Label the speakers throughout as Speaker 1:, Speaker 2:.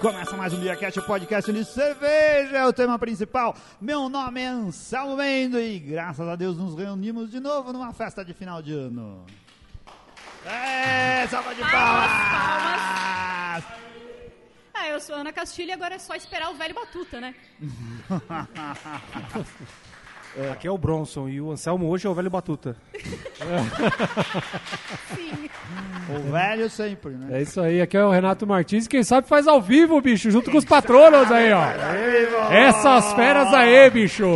Speaker 1: Começa mais um BeerCast, o podcast de cerveja, é o tema principal. Meu nome é Anselmo Mendo e graças a Deus nos reunimos de novo numa festa de final de ano. É, salva de palmas!
Speaker 2: Ah, eu sou a Ana Castilho e agora é só esperar o velho Batuta, né?
Speaker 3: Aqui é o Bronson e o Anselmo hoje é o velho Batuta.
Speaker 2: Sim.
Speaker 1: O velho sempre, né?
Speaker 4: É isso aí, aqui é o Renato Martins, quem sabe faz ao vivo, bicho, junto com os patronos aí, ó. Essas feras aí, bicho.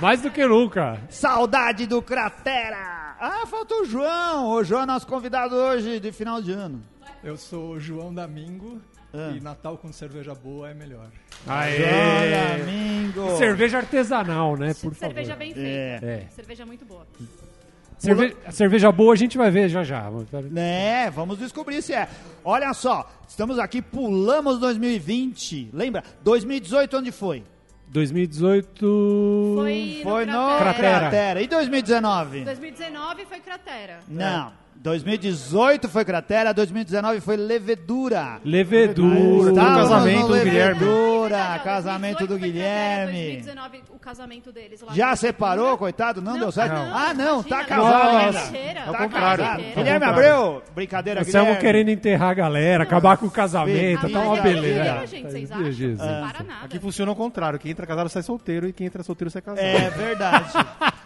Speaker 4: Mais do que nunca.
Speaker 1: Saudade do cratera! Ah, falta o João! O João é nosso convidado hoje de final de ano.
Speaker 5: Eu sou o João Damingo
Speaker 1: Ah.
Speaker 5: e Natal com cerveja boa é melhor.
Speaker 1: João Domingo!
Speaker 4: Cerveja artesanal, né, por favor.
Speaker 2: Cerveja bem feita.
Speaker 4: É.
Speaker 2: Cerveja muito boa.
Speaker 4: Cerve- a cerveja boa a gente vai ver já já.
Speaker 1: Né, vamos descobrir se é. Olha só, estamos aqui, pulamos 2020. Lembra? 2018 onde foi?
Speaker 4: 2018...
Speaker 2: Foi,
Speaker 1: Foi no
Speaker 2: Cratera.
Speaker 1: Cratera.
Speaker 4: Cratera.
Speaker 1: E 2019?
Speaker 2: 2019 foi Cratera.
Speaker 1: Não. 2018 foi Cratera, 2019 foi Levedura. Estávamos
Speaker 4: Levedura,
Speaker 1: no
Speaker 3: casamento do
Speaker 1: Levedura,
Speaker 3: Guilherme.
Speaker 1: casamento do
Speaker 2: 2018 foi Cratera,
Speaker 1: Guilherme.
Speaker 2: 2019 o casamento deles lá.
Speaker 1: Já
Speaker 2: em
Speaker 1: separou,
Speaker 2: Lima.
Speaker 1: coitado? Não,
Speaker 2: Não,
Speaker 1: deu certo?
Speaker 2: não,
Speaker 1: ah, não, tá
Speaker 2: imagina,
Speaker 1: casado
Speaker 2: não, é
Speaker 1: ainda.
Speaker 2: mentira.
Speaker 1: Tá
Speaker 2: Ao
Speaker 3: contrário.
Speaker 1: casado.
Speaker 2: Ao
Speaker 1: Guilherme
Speaker 4: É contrário.
Speaker 1: Abreu, brincadeira,
Speaker 4: Anselmo
Speaker 1: Guilherme.
Speaker 4: querendo enterrar a galera, acabar com o
Speaker 2: Ah,
Speaker 4: casamento,
Speaker 2: mas
Speaker 4: tá uma
Speaker 2: é
Speaker 4: beleza.
Speaker 2: mentira, gente, vocês
Speaker 4: Meu
Speaker 2: acham?
Speaker 4: Jesus.
Speaker 2: Não para nada.
Speaker 3: Aqui funciona ao contrário, quem entra casado sai solteiro e quem entra solteiro sai casado.
Speaker 1: É verdade.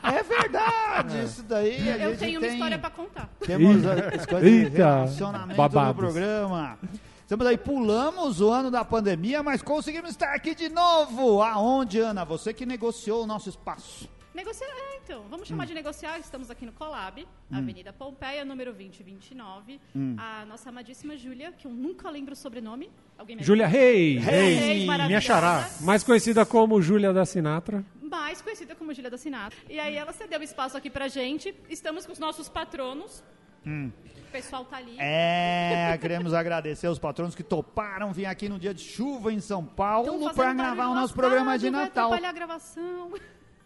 Speaker 1: é verdade, isso daí a
Speaker 2: Eu
Speaker 1: gente
Speaker 2: tenho uma
Speaker 1: tem-
Speaker 2: história pra contar.
Speaker 1: Temos
Speaker 4: Ih.
Speaker 1: as coisas de
Speaker 4: Eita.
Speaker 1: relacionamento no
Speaker 4: Babados.
Speaker 1: programa. Estamos aí, pulamos o ano da pandemia, mas conseguimos estar aqui de novo. Aonde, Ana? Você que negociou o nosso espaço.
Speaker 2: Negociar, é, então, vamos
Speaker 1: Hum.
Speaker 2: chamar de negociar. Estamos aqui no Colab, Avenida Pompeia, número 2029.
Speaker 1: Hum.
Speaker 2: A nossa amadíssima Júlia, que eu nunca lembro o sobrenome. Alguém me ajuda?
Speaker 4: Júlia Reis,
Speaker 2: Reis,
Speaker 3: minha
Speaker 2: maravilhosa,
Speaker 3: xará.
Speaker 4: mais conhecida como Júlia da Sinatra.
Speaker 2: Mais conhecida como Júlia da Sinatra. E aí ela cedeu espaço aqui pra gente. Estamos com os nossos patronos. O pessoal tá ali.
Speaker 1: Hum. É, queremos agradecer os patronos que toparam vir aqui no dia de chuva em São
Speaker 2: Tão
Speaker 1: Paulo
Speaker 2: fazendo
Speaker 1: para
Speaker 2: um barulho né?
Speaker 1: gravar
Speaker 2: no
Speaker 1: o nosso programa de
Speaker 2: rádio, vai
Speaker 1: Natal.
Speaker 2: atrapalhar a gravação.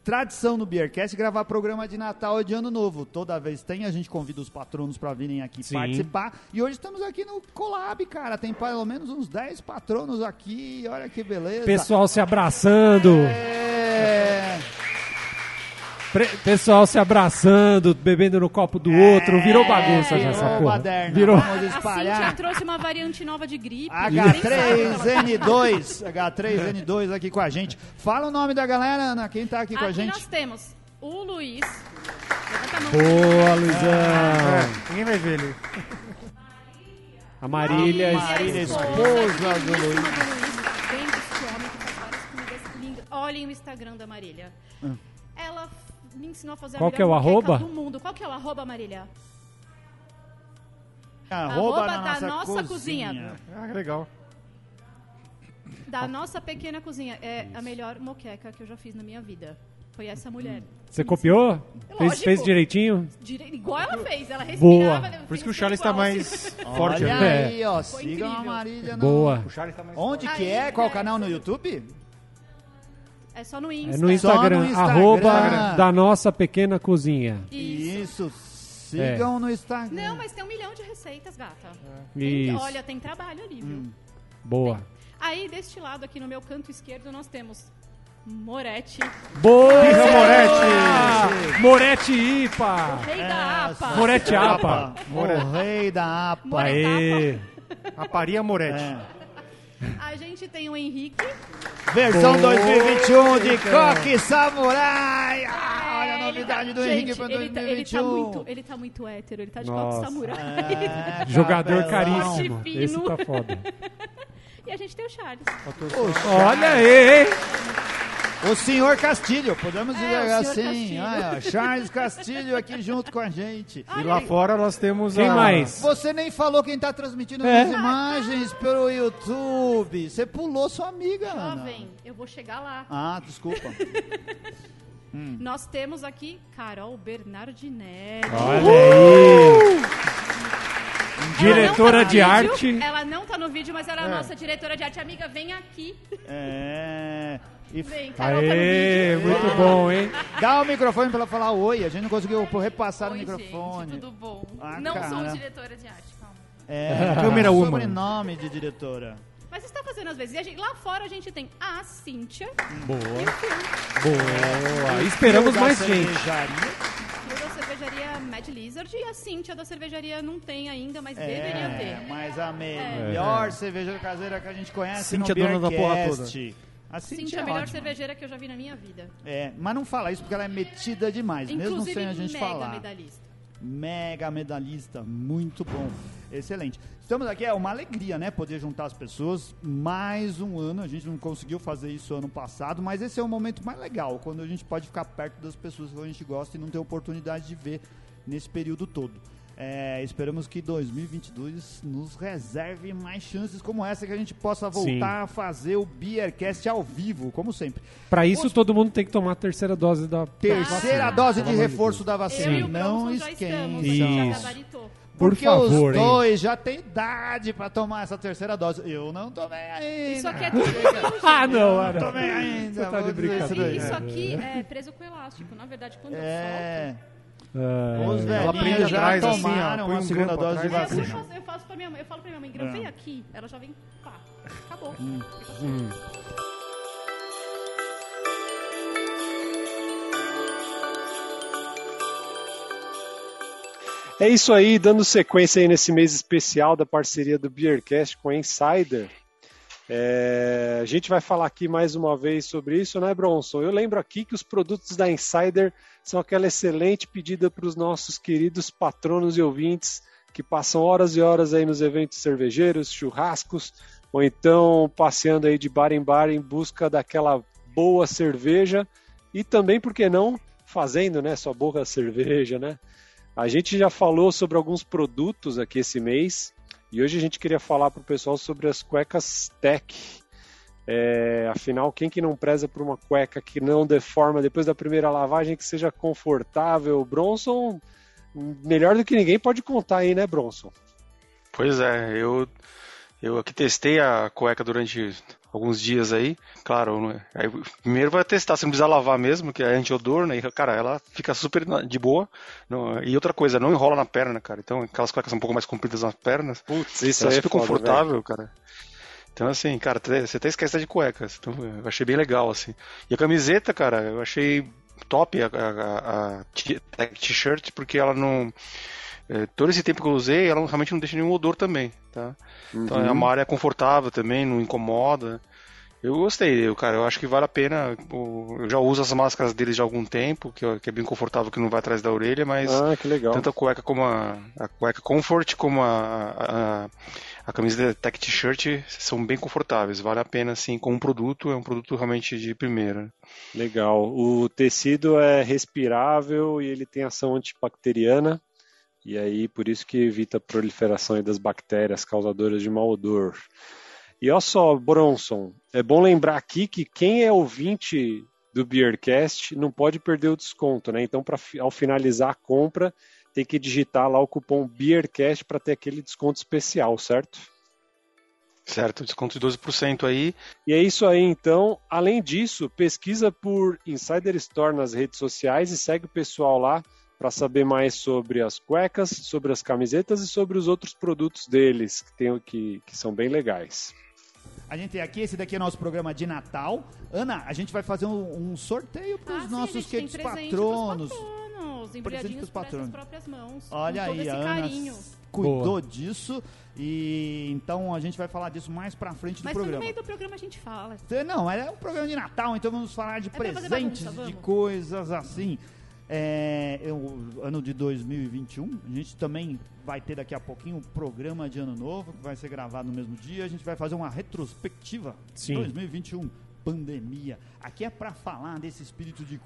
Speaker 1: Tradição no Beercast gravar programa de Natal e de Ano Novo. Toda vez tem, a gente convida os patronos para virem aqui
Speaker 4: Sim.
Speaker 1: participar. E hoje estamos aqui no Colab, cara. Tem pelo menos uns 10 patronos aqui. Olha que beleza.
Speaker 4: Pessoal se abraçando,
Speaker 1: É...
Speaker 4: pre- pessoal se abraçando, bebendo no copo do outro, virou bagunça já essa
Speaker 1: Virou
Speaker 4: porra.
Speaker 1: baderna.
Speaker 4: Virou.
Speaker 1: Vamos
Speaker 2: A Cintia
Speaker 1: espalhar.
Speaker 2: trouxe uma variante nova de gripe. ninguém sabe o que ela-
Speaker 1: H3N2. H3N2 aqui com a gente. Fala o nome da galera, Ana. Quem tá aqui com a
Speaker 2: Aqui
Speaker 1: gente?
Speaker 2: nós temos o Luiz. Levanta a mão.
Speaker 4: Boa, Luizão.
Speaker 3: É, ninguém vai ver ele.
Speaker 4: A Marília.
Speaker 1: Marília,
Speaker 2: esposa,
Speaker 1: esposa do
Speaker 2: digníssima
Speaker 1: Luiz.
Speaker 2: Bem desse homem que faz várias comidas lindas. Olhem o Instagram da Marília. Ela f- me ensinou a fazer
Speaker 4: Ah. Qual
Speaker 2: a melhor
Speaker 4: que é o
Speaker 2: moqueca
Speaker 4: arroba?
Speaker 2: do mundo. Qual que é o arroba, Marília?
Speaker 1: Arroba
Speaker 2: Arroba
Speaker 1: na
Speaker 2: da nossa
Speaker 1: cozinha.
Speaker 2: cozinha.
Speaker 3: Ah, que legal.
Speaker 4: Ah.
Speaker 2: Da nossa pequena cozinha. É a melhor moqueca que eu já fiz na minha vida. Foi essa mulher.
Speaker 4: Você copiou? Fez,
Speaker 2: Lógico.
Speaker 4: fez direitinho?
Speaker 2: Dire- Igual ela fez. Ela
Speaker 4: Boa.
Speaker 2: respirava.
Speaker 3: Por isso que
Speaker 2: respirava
Speaker 3: o Charles está
Speaker 4: tá
Speaker 2: igual.
Speaker 3: mais forte.
Speaker 1: Olha
Speaker 3: né?
Speaker 4: É.
Speaker 1: aí, ó.
Speaker 2: Foi
Speaker 1: Sigam a
Speaker 2: incrível.
Speaker 1: Marília. no-
Speaker 4: Boa.
Speaker 3: O Charles tá mais
Speaker 1: Onde que
Speaker 2: Aí,
Speaker 1: é? Qual
Speaker 2: é,
Speaker 1: canal no
Speaker 2: sobre-
Speaker 1: YouTube?
Speaker 2: É só no
Speaker 4: É
Speaker 2: Insta.
Speaker 4: no Instagram,
Speaker 1: no Instagram.
Speaker 4: arroba da nossa pequena cozinha.
Speaker 2: Isso.
Speaker 1: Isso.
Speaker 4: É.
Speaker 1: Sigam no Instagram.
Speaker 2: Não, mas tem um milhão de receitas, gata. Tem-
Speaker 4: Isso. Hum.
Speaker 2: olha, tem trabalho ali, viu?
Speaker 4: Boa.
Speaker 2: Aí, deste lado aqui no meu canto esquerdo, nós temos Moretti,
Speaker 4: Boa!
Speaker 3: Pisa
Speaker 1: é
Speaker 3: Moretti!
Speaker 4: Moretti IPA!
Speaker 2: rei da
Speaker 1: É,
Speaker 2: APA.
Speaker 4: Moretti APA.
Speaker 1: O rei da APA.
Speaker 2: More-
Speaker 1: Tá,
Speaker 4: Aê!
Speaker 3: A Paria Moretti.
Speaker 1: É.
Speaker 2: A gente tem o Henrique.
Speaker 1: Versão
Speaker 3: Boa.
Speaker 1: 2021 de Coque Samurai. Ah, olha a
Speaker 2: É, ele
Speaker 1: novidade
Speaker 2: tá-
Speaker 1: do Henrique
Speaker 2: gente,
Speaker 1: para
Speaker 2: ele tá- Ele tá,
Speaker 1: 2021.
Speaker 2: muito, ele tá muito hétero, ele tá de copo
Speaker 4: Nossa.
Speaker 2: samurai.
Speaker 1: É,
Speaker 4: Jogador
Speaker 1: cabelão.
Speaker 4: caríssimo.
Speaker 2: Forte,
Speaker 4: Esse
Speaker 2: fino.
Speaker 4: tá foda.
Speaker 2: E a gente tem o Charles.
Speaker 1: Tá
Speaker 4: Olha aí, hein?
Speaker 1: O senhor Castilho, podemos dizer
Speaker 2: É, o senhor
Speaker 1: assim.
Speaker 2: Castilho.
Speaker 1: Olha, ó, Charles Castilho aqui junto com a gente.
Speaker 3: E lá fora nós temos
Speaker 4: Quem
Speaker 3: a...
Speaker 4: mais?
Speaker 1: Você nem falou quem tá transmitindo
Speaker 4: É.
Speaker 1: as imagens pelo YouTube. Você pulou sua amiga, Ana.
Speaker 2: Jovem, eu vou chegar lá.
Speaker 1: Ah, desculpa. Hum.
Speaker 2: Nós temos aqui Carol Bernardinelli.
Speaker 4: Olha aí!
Speaker 2: Ela
Speaker 4: Diretora
Speaker 2: não tá no
Speaker 4: de
Speaker 2: vídeo,
Speaker 4: arte.
Speaker 2: Ela não tá no vídeo, mas ela é a nossa diretora de arte. Amiga, vem aqui.
Speaker 1: É. E
Speaker 2: Vem, Carol tá no
Speaker 4: Aê,
Speaker 2: vídeo.
Speaker 4: muito bom, hein?
Speaker 1: dá o microfone pra ela falar oi. A gente não conseguiu repassar
Speaker 6: Oi,
Speaker 1: o Tá microfone.
Speaker 6: Gente, tudo bom?
Speaker 1: Ah,
Speaker 6: não
Speaker 1: cara.
Speaker 6: sou diretora de arte, calma.
Speaker 1: É,
Speaker 3: Câmera woman.
Speaker 1: sobrenome de diretora.
Speaker 2: Mas está fazendo às vezes. E a gente- lá fora a gente tem a Cíntia e
Speaker 3: Boa.
Speaker 2: o Phil,
Speaker 3: Boa. Esperamos mais gente.
Speaker 2: Phil da cervejaria Mad Lizard. E a Cíntia da cervejaria não tem ainda, mas deveria
Speaker 1: É,
Speaker 2: ter.
Speaker 1: mas a melhor cerveja caseira que a gente conhece
Speaker 7: Cíntia,
Speaker 1: no
Speaker 7: dona da porra
Speaker 1: Beercast. A Cíntia,
Speaker 2: Cíntia é
Speaker 1: é
Speaker 2: a melhor
Speaker 1: ótima.
Speaker 2: cervejeira que eu já vi na minha vida.
Speaker 1: É, mas não fala isso porque ela é metida demais, mesmo
Speaker 2: Inclusive,
Speaker 1: sem a gente
Speaker 2: mega
Speaker 1: falar.
Speaker 2: medalhista.
Speaker 1: Mega medalhista, muito bom. Excelente. Estamos aqui, é uma alegria, né? Poder juntar as pessoas. Mais um ano, a gente não conseguiu fazer isso ano passado, mas esse é o momento mais legal, quando a gente pode ficar perto das pessoas que a gente gosta e não ter oportunidade de ver nesse período todo. É, esperamos que 2022 nos reserve mais chances como essa que a gente possa voltar
Speaker 7: Sim.
Speaker 1: a fazer o Beercast ao vivo, como sempre.
Speaker 3: Pra isso, todo mundo tem que tomar a terceira dose da.
Speaker 1: Terceira
Speaker 2: Ah.
Speaker 1: dose de
Speaker 3: Pelo amor de
Speaker 1: reforço da
Speaker 2: Eu e
Speaker 1: vacina.
Speaker 2: o
Speaker 1: Assim, Não
Speaker 2: Bronson já estamos, a
Speaker 1: esquenta.
Speaker 2: gente já
Speaker 3: Isso.
Speaker 2: gabaritou.
Speaker 3: Por
Speaker 1: Porque
Speaker 3: favor,
Speaker 1: os
Speaker 3: hein?
Speaker 1: dois já têm idade pra tomar essa terceira dose. Eu não tomei ainda.
Speaker 2: Isso aqui é tudo ilusão.
Speaker 3: Ah, não,
Speaker 1: Eu não
Speaker 3: Ana.
Speaker 1: tomei ainda.
Speaker 3: Você tá de
Speaker 1: vou dizer
Speaker 3: brincadeira.
Speaker 1: daí.
Speaker 2: Isso aqui é preso com elástico. Na verdade, quando eu
Speaker 1: É.
Speaker 3: Ah,
Speaker 1: Os
Speaker 7: É. Ela prende
Speaker 1: velhinhos já
Speaker 7: atrás, assim, ó,
Speaker 1: tomaram
Speaker 7: põe
Speaker 1: a
Speaker 7: um
Speaker 1: segunda
Speaker 7: grampo
Speaker 1: dose de
Speaker 7: atrás.
Speaker 2: solto. É, eu,
Speaker 1: vacina.
Speaker 2: faço, eu faço pra minha mãe, eu falo pra minha mãe, Gran,
Speaker 1: É.
Speaker 2: vem aqui. Ela já vem, pá, acabou.
Speaker 1: Hum.
Speaker 2: Ah,
Speaker 4: É isso aí, dando sequência aí nesse mês especial da parceria do Beercast com a Insider. É, a gente vai falar aqui mais uma vez sobre isso, né, Bronson? Eu lembro aqui que os produtos da Insider são aquela excelente pedida para os nossos queridos patronos e ouvintes que passam horas e horas aí nos eventos cervejeiros, churrascos, ou então passeando aí de bar em bar em busca daquela boa cerveja e também, por que não, fazendo, né, sua boa cerveja, né? A gente já falou sobre alguns produtos aqui esse mês e hoje a gente queria falar para o pessoal sobre as cuecas Tech. É, afinal, quem que não preza por uma cueca que não deforma depois da primeira lavagem, que seja confortável? Bronson, melhor do que ninguém pode contar aí, né, Bronson?
Speaker 8: Pois é, eu, eu aqui testei a cueca durante alguns dias aí. Claro, não é- aí primeiro vai testar, se não precisar lavar mesmo, que é antiodor, né? E, cara, ela fica super na- de boa. Não- e outra coisa, não enrola na perna, cara. Então, aquelas cuecas são um pouco mais compridas nas pernas.
Speaker 4: Putz, isso
Speaker 8: ela é
Speaker 4: aí é
Speaker 8: super
Speaker 4: foda,
Speaker 8: confortável, cara. Então, assim, cara, até- você até esquece de cuecas. Então, eu achei bem legal, assim. E a camiseta, cara, eu achei top a, a- a- a t- tech t-shirt, porque ela não. eh, todo esse tempo que eu usei, ela realmente não deixa nenhum odor também, tá?
Speaker 4: velho.
Speaker 8: Então
Speaker 4: Uhum.
Speaker 8: é uma área confortável também, não incomoda. Eu gostei, eu, cara, eu acho que vale a pena. o- Eu já uso as máscaras deles já há algum tempo, que, que é bem confortável, que não vai atrás da orelha, mas
Speaker 4: Ah, que legal.
Speaker 8: tanto a cueca como a, a cueca Comfort como a, a, a camisa Tech T-shirt são bem confortáveis. Vale a pena, assim, como um produto, é um produto realmente de primeira.
Speaker 4: Legal. O tecido é respirável e ele tem ação antibacteriana. E aí, por isso que evita a proliferação aí das bactérias causadoras de mau odor. E olha só, Bronson, é bom lembrar aqui que quem é ouvinte do Beercast não pode perder o desconto, né? Então, pra, fi- ao finalizar a compra, tem que digitar lá o cupom Beercast para ter aquele desconto especial, certo?
Speaker 8: Certo, desconto de 12% aí.
Speaker 4: E é isso aí, então. Além disso, pesquisa por Insider Store nas redes sociais e segue o pessoal lá para saber mais sobre as cuecas, sobre as camisetas e sobre os outros produtos deles, que, tem, que, que são bem legais.
Speaker 1: A gente tem aqui, esse daqui é nosso programa de Natal. Ana, a gente vai fazer um, um sorteio
Speaker 2: Ah,
Speaker 1: pros
Speaker 2: sim,
Speaker 1: nossos
Speaker 2: a gente tem
Speaker 1: queridos
Speaker 2: presente
Speaker 1: patronos.
Speaker 2: pros patronos,
Speaker 1: pros
Speaker 2: embrulhadinhos por
Speaker 1: patronos.
Speaker 2: essas próprias mãos.
Speaker 1: Olha
Speaker 2: com todo
Speaker 1: aí,
Speaker 2: esse
Speaker 1: a Ana
Speaker 2: carinho.
Speaker 1: cuidou
Speaker 3: Boa.
Speaker 1: disso. E então a gente vai falar disso mais pra frente do
Speaker 2: Mas no
Speaker 1: programa.
Speaker 2: meio do programa a gente fala.
Speaker 1: Cê- Não, é um programa de Natal, então vamos falar de
Speaker 2: É pra fazer
Speaker 1: presentes,
Speaker 2: bagunça,
Speaker 1: de
Speaker 2: vamos.
Speaker 1: coisas assim. É, eu- ano de 2021, a gente também vai ter daqui a pouquinho um programa de ano novo, que vai ser gravado no mesmo dia. A gente vai fazer uma retrospectiva
Speaker 7: Sim.
Speaker 1: 2021, pandemia. Aqui é pra falar desse espírito de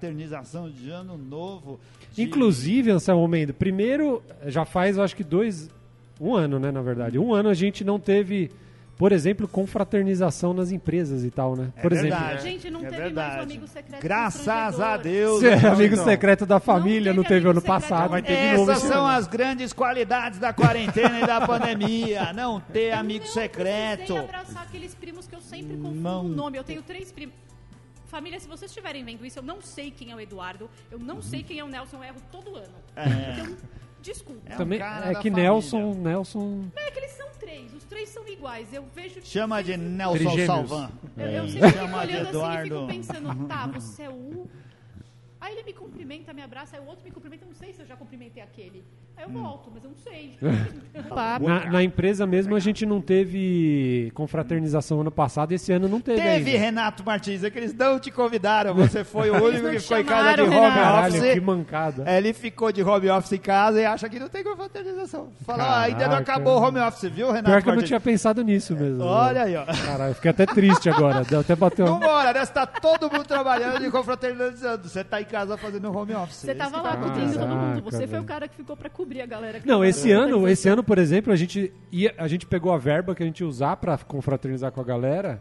Speaker 1: confraternização de ano novo. de-
Speaker 3: Inclusive, Anselmo Mendo, primeiro, já faz, eu acho que dois. Um ano, né, na verdade. Um ano a gente não teve, por exemplo, confraternização nas empresas e tal, né?
Speaker 1: É
Speaker 3: por
Speaker 1: verdade.
Speaker 3: exemplo.
Speaker 2: Gente, não
Speaker 1: é
Speaker 2: teve
Speaker 1: verdade.
Speaker 2: mais um amigo secreto
Speaker 1: Graças a
Speaker 2: constrangedor.
Speaker 1: Deus.
Speaker 3: Ser
Speaker 1: então,
Speaker 3: amigo
Speaker 1: então.
Speaker 3: secreto da família, não
Speaker 2: teve
Speaker 3: teve
Speaker 2: amigo
Speaker 3: ano
Speaker 2: secreto,
Speaker 3: passado.
Speaker 2: não. Vai ter de
Speaker 3: novo
Speaker 1: Essas
Speaker 3: esse
Speaker 1: são
Speaker 3: ano.
Speaker 1: as grandes qualidades da quarentena e da pandemia. Não ter amigo secreto.
Speaker 2: Eu abraçar aqueles primos que eu sempre confundo
Speaker 1: Não.
Speaker 2: o nome. Eu tenho três primos. Família, se vocês estiverem vendo isso, eu não sei quem é o Eduardo, eu não sei quem é o Nelson, eu erro todo ano. Então, desculpa.
Speaker 1: Uhum. É um
Speaker 3: Também
Speaker 1: cara
Speaker 3: é
Speaker 1: da
Speaker 3: que
Speaker 1: família.
Speaker 3: Nelson, Nelson.
Speaker 2: É que eles são três. três. Os três são iguais. Eu vejo.
Speaker 1: Chama de Nelson
Speaker 3: Trigêmeos.
Speaker 1: Salvan.
Speaker 2: Eu, eu sempre fico
Speaker 1: Chama de
Speaker 2: olhando
Speaker 1: Eduardo.
Speaker 2: assim e fico pensando, tá, você é o. Aí ele me cumprimenta, me abraça, aí o outro me cumprimenta, eu não sei se eu já cumprimentei aquele. Aí eu
Speaker 1: Hum.
Speaker 2: volto, mas eu não sei. Então,
Speaker 3: Na, na empresa mesmo a gente não teve confraternização ano passado, esse ano não teve.
Speaker 1: Teve,
Speaker 3: ainda.
Speaker 1: Renato Martins, é que eles não te convidaram. Você foi o único
Speaker 2: não
Speaker 1: que
Speaker 2: te
Speaker 1: ficou em casa de
Speaker 2: chamaram,
Speaker 1: home
Speaker 2: Renato.
Speaker 3: Caralho,
Speaker 1: office.
Speaker 3: que mancada.
Speaker 1: É, Ele ficou de home office em casa e acha que não tem confraternização. Fala, ó, ainda não
Speaker 3: Caraca.
Speaker 1: acabou o home office, viu, Renato
Speaker 3: Pior que eu não
Speaker 1: Martins?
Speaker 3: tinha pensado nisso mesmo. né?
Speaker 1: Olha aí, ó.
Speaker 3: Caralho, eu fiquei até triste agora. Deu até bateu.
Speaker 1: Não mora, né? Você tá todo mundo trabalhando e confraternizando. Você tá em casa fazendo home office.
Speaker 2: Você
Speaker 1: Isso
Speaker 2: tava
Speaker 1: que tá
Speaker 2: lá cobrindo todo mundo.
Speaker 3: Caraca,
Speaker 2: Você foi
Speaker 3: velho.
Speaker 2: o cara que ficou pra cobrir a galera. que
Speaker 3: Não,
Speaker 2: tava
Speaker 3: esse
Speaker 2: na
Speaker 3: ano, esse
Speaker 2: organização.
Speaker 3: ano, por exemplo, a gente ia, a gente pegou a verba que a gente ia usar pra confraternizar com a galera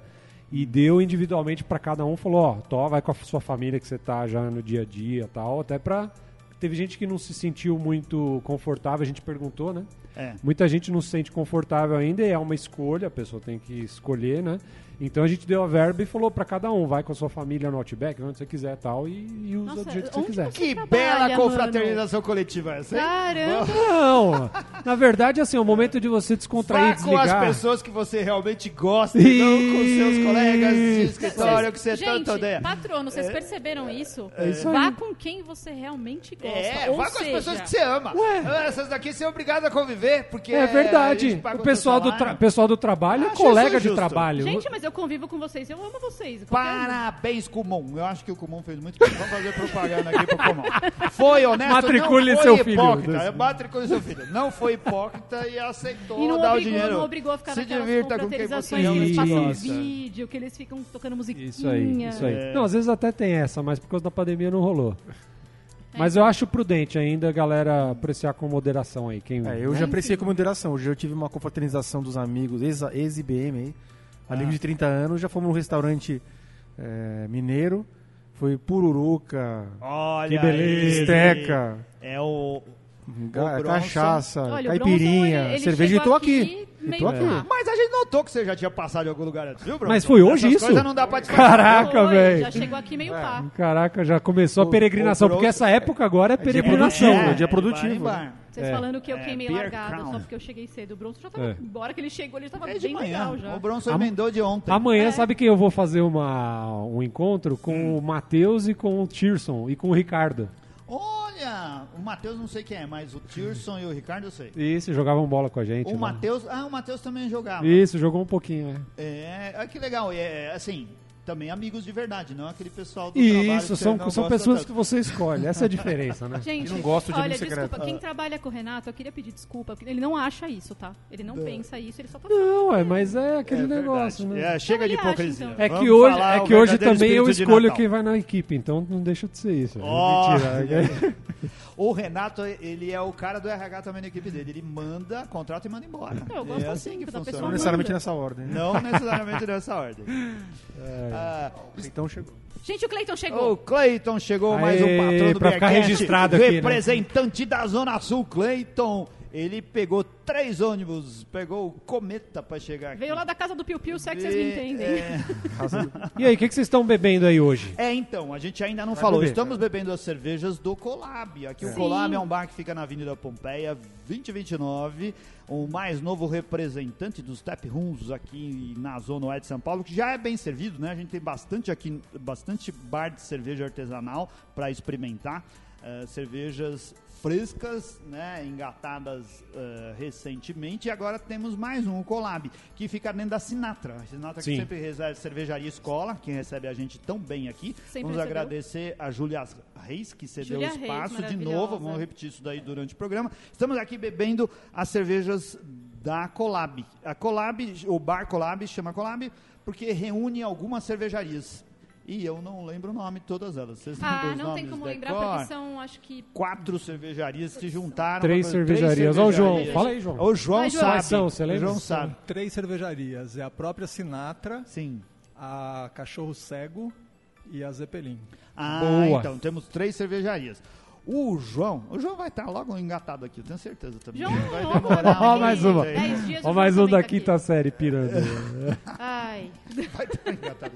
Speaker 3: e deu individualmente pra cada um, falou, ó, tó, vai com a sua família que você tá já no dia a dia, e tal, até pra teve gente que não se sentiu muito confortável, a gente perguntou, né?
Speaker 1: É.
Speaker 3: Muita gente não se sente confortável ainda, e é uma escolha, a pessoa tem que escolher, né? Então a gente deu a verba e falou pra cada um, vai com a sua família no Outback, onde você quiser, tal, e, e usa
Speaker 2: Nossa,
Speaker 3: do jeito que você
Speaker 2: onde
Speaker 3: quiser.
Speaker 1: Que
Speaker 2: Trabalha,
Speaker 1: bela
Speaker 2: mano.
Speaker 1: confraternização coletiva essa, hein?
Speaker 2: Caramba!
Speaker 3: Não! Na verdade, assim, é o momento de você descontrair
Speaker 1: Vá
Speaker 3: e
Speaker 1: tá com as
Speaker 3: desligar.
Speaker 1: pessoas que você realmente gosta, e não com seus
Speaker 3: Isso.
Speaker 1: colegas de escritório que você tá
Speaker 2: Gente,
Speaker 1: tanto odeia.
Speaker 2: patrono,
Speaker 1: É.
Speaker 2: vocês perceberam isso?
Speaker 3: isso aí.
Speaker 2: vá com quem você realmente gosta.
Speaker 1: É,
Speaker 2: Ou
Speaker 1: vá com as
Speaker 2: seja,
Speaker 1: pessoas que você ama.
Speaker 3: Ué.
Speaker 1: Essas daqui você é obrigado a conviver, porque...
Speaker 3: É
Speaker 1: a gente
Speaker 3: verdade.
Speaker 1: paga
Speaker 3: O
Speaker 1: teu
Speaker 3: pessoal do,
Speaker 1: salário.
Speaker 3: tra- pessoal do trabalho
Speaker 1: Eu
Speaker 3: é
Speaker 1: acho isso
Speaker 3: colega de
Speaker 1: justo.
Speaker 3: trabalho.
Speaker 2: Gente, mas eu convivo com vocês, eu amo vocês. qualquer um.
Speaker 1: Parabéns, Kumon. Eu acho que o Kumon fez muito bem. Vamos fazer propaganda aqui pro Kumon. Foi honesto,
Speaker 3: Matricule
Speaker 1: não foi
Speaker 3: seu filho.
Speaker 1: hipócrita. É, Matricule seu filho. Não foi hipócrita e aceitou
Speaker 2: um. E não
Speaker 1: dar
Speaker 2: obrigou,
Speaker 1: o dinheiro.
Speaker 2: não obrigou a ficar
Speaker 1: Se
Speaker 2: naquelas
Speaker 1: divirta com quem você
Speaker 2: confraternizações que
Speaker 1: realmente
Speaker 2: eles passam
Speaker 1: gosta.
Speaker 2: vídeo, que eles ficam tocando musiquinha.
Speaker 3: Isso aí, isso aí.
Speaker 1: É.
Speaker 3: Não, às vezes até tem essa, mas por causa da pandemia não rolou. Mas eu acho prudente ainda, a galera, apreciar com moderação aí. Quem...
Speaker 7: É, eu já apreciei com moderação. Hoje eu tive uma confraternização dos amigos, ex- ex-IBM aí. Amigos de 30 anos, já fomos num restaurante é, mineiro. Foi pururuca,
Speaker 1: Olha
Speaker 3: Que beleza.
Speaker 7: bisteca,
Speaker 1: É o...
Speaker 7: ga-
Speaker 1: Bronson.
Speaker 7: cachaça,
Speaker 2: Olha, o
Speaker 7: caipirinha,
Speaker 2: Bronson, ele- ele
Speaker 7: cerveja. E
Speaker 2: chegou
Speaker 7: tô aqui.
Speaker 2: aqui
Speaker 7: E
Speaker 2: meio
Speaker 7: tô aqui.
Speaker 2: lá.
Speaker 1: Mas a gente notou que você já tinha passado em algum lugar antes, viu, Bruno?
Speaker 3: Mas foi hoje
Speaker 1: Essas
Speaker 3: isso?
Speaker 1: coisas não dá pra disfarçar.
Speaker 3: Caraca,
Speaker 2: Oi, Já
Speaker 3: velho. É.
Speaker 2: chegou aqui meio pá.
Speaker 3: Caraca, já começou a peregrinação,
Speaker 1: o
Speaker 3: porque
Speaker 1: grosso-
Speaker 3: essa época agora é peregrinação.
Speaker 7: produtivo,
Speaker 3: né?
Speaker 7: é dia produtivo,
Speaker 1: de bar em bar.
Speaker 2: Vocês falando que eu
Speaker 1: É,
Speaker 2: queimei
Speaker 1: beer
Speaker 2: largada
Speaker 1: crown.
Speaker 2: só porque eu cheguei cedo. O Bronson já tava
Speaker 3: É.
Speaker 2: embora, que ele chegou, ele tava
Speaker 1: É de
Speaker 2: bem
Speaker 1: manhã.
Speaker 2: legal já.
Speaker 1: O Bronson emendou de ontem.
Speaker 3: Amanhã, sabe quem eu vou fazer uma, um encontro? Com o Matheus e com o Tirson e com o Ricardo.
Speaker 1: Olha, o Matheus não sei quem é, mas o Tirson e o Ricardo eu sei.
Speaker 3: Isso, jogavam bola com a gente.
Speaker 1: O
Speaker 3: lá.
Speaker 1: Matheus, ah, o Matheus também jogava.
Speaker 3: Isso, jogou um pouquinho, né?
Speaker 1: É, ah, que legal. É, assim, também amigos de verdade, não aquele pessoal do trabalho.
Speaker 3: Isso,
Speaker 1: que você
Speaker 3: são,
Speaker 1: não
Speaker 3: são
Speaker 1: gosta
Speaker 3: pessoas que
Speaker 1: tanto.
Speaker 3: você escolhe. Essa é a diferença, né?
Speaker 2: Gente,
Speaker 7: Eu não gosto de
Speaker 2: olha,
Speaker 7: amigo secreto.
Speaker 2: desculpa, quem
Speaker 1: Ah.
Speaker 2: trabalha com o Renato, eu queria pedir desculpa, porque ele não acha isso, tá? Ele não pensa isso, ele só tá falando.
Speaker 3: Não, é, mas é aquele
Speaker 1: É verdade.
Speaker 3: negócio, né?
Speaker 1: É, chega de
Speaker 2: Ele acha,
Speaker 1: hipocrisia.
Speaker 2: então.
Speaker 3: É
Speaker 1: Vamos
Speaker 3: que hoje,
Speaker 1: falar
Speaker 3: é
Speaker 1: o
Speaker 3: que hoje
Speaker 1: verdadeiro
Speaker 3: também eu
Speaker 1: espírito de
Speaker 3: escolho
Speaker 1: Natal.
Speaker 3: quem vai na equipe, então não deixa de ser isso.
Speaker 1: Ó.
Speaker 3: Mentira, né?
Speaker 1: O Renato, ele é o cara do RH também na equipe dele. Ele manda, contrata e manda embora.
Speaker 2: Eu gosto
Speaker 1: é
Speaker 2: assim,
Speaker 1: assim que
Speaker 2: da pessoa
Speaker 7: Não
Speaker 1: funciona.
Speaker 7: necessariamente nessa ordem. Né?
Speaker 1: Não necessariamente nessa ordem. Ah,
Speaker 7: Então chegou.
Speaker 2: Gente, o Cleiton
Speaker 1: O
Speaker 2: chegou.
Speaker 1: Cleiton chegou,
Speaker 3: Aê,
Speaker 1: mais um patrão do
Speaker 3: pra ficar
Speaker 1: Bearcast,
Speaker 3: registrado aqui, né?
Speaker 1: Representante da Zona Sul, Cleiton. Ele pegou três ônibus, pegou o Cometa pra chegar aqui.
Speaker 2: Veio lá da casa do Piu Piu, se é que vocês me entendem.
Speaker 1: É,
Speaker 3: E aí, o que, que vocês estão bebendo aí hoje?
Speaker 1: é, então, a gente ainda não falou.
Speaker 7: beber.
Speaker 1: Estamos bebendo as cervejas do Colab. Aqui o
Speaker 2: Sim.
Speaker 1: Colab é um bar que fica na Avenida Pompeia, 2029. O mais novo representante dos tap rooms aqui na Zona Oeste de São Paulo, que já é bem servido, né? A gente tem bastante aqui, bastante bar de cerveja artesanal para experimentar. eh, cervejas frescas, né, engatadas eh, recentemente. E agora temos mais um, o Colab, que fica dentro da Sinatra. A Sinatra que
Speaker 3: Sim.
Speaker 1: sempre recebe cervejaria escola, que recebe a gente tão bem aqui.
Speaker 2: Sempre
Speaker 1: Vamos
Speaker 2: recebeu.
Speaker 1: agradecer a Júlia Reis, que cedeu o
Speaker 2: Júlia Reis,
Speaker 1: espaço de
Speaker 2: maravilhosa.
Speaker 1: novo. Vamos repetir isso daí durante o programa. Estamos aqui bebendo as cervejas da Colab. A Colab, o bar Colab, chama Colab, porque reúne algumas cervejarias. E eu não lembro o nome de todas elas. Vocês lembram
Speaker 2: Ah,
Speaker 1: os
Speaker 2: não tem
Speaker 1: nomes
Speaker 2: como
Speaker 1: da
Speaker 2: lembrar,
Speaker 1: Cor?
Speaker 2: porque são, acho que.
Speaker 1: Quatro cervejarias se juntaram.
Speaker 3: Três
Speaker 1: pra-
Speaker 3: cervejarias. Ó, o João,
Speaker 1: cervejarias.
Speaker 3: fala aí, João.
Speaker 1: O João
Speaker 2: Vai, João.
Speaker 1: sabe.
Speaker 3: Quais são, você lembra?
Speaker 1: O João sabe.
Speaker 5: Três cervejarias. É a própria Sinatra,
Speaker 1: Sim.
Speaker 5: a Cachorro Cego e a Zeppelin.
Speaker 1: Ah,
Speaker 3: Boa.
Speaker 1: então, temos três cervejarias. O João, o João vai estar logo engatado aqui, eu tenho certeza também.
Speaker 2: João,
Speaker 1: vai
Speaker 2: não,
Speaker 1: demorar
Speaker 3: Ó,
Speaker 2: Daqui
Speaker 1: um
Speaker 3: mais uma.
Speaker 1: tempo.
Speaker 2: dez dias
Speaker 3: Ó,
Speaker 2: eu
Speaker 3: mais
Speaker 2: vou
Speaker 3: um
Speaker 2: também
Speaker 3: da
Speaker 2: aqui.
Speaker 3: quinta série pirando.
Speaker 2: Ai.
Speaker 1: Vai estar tá engatado.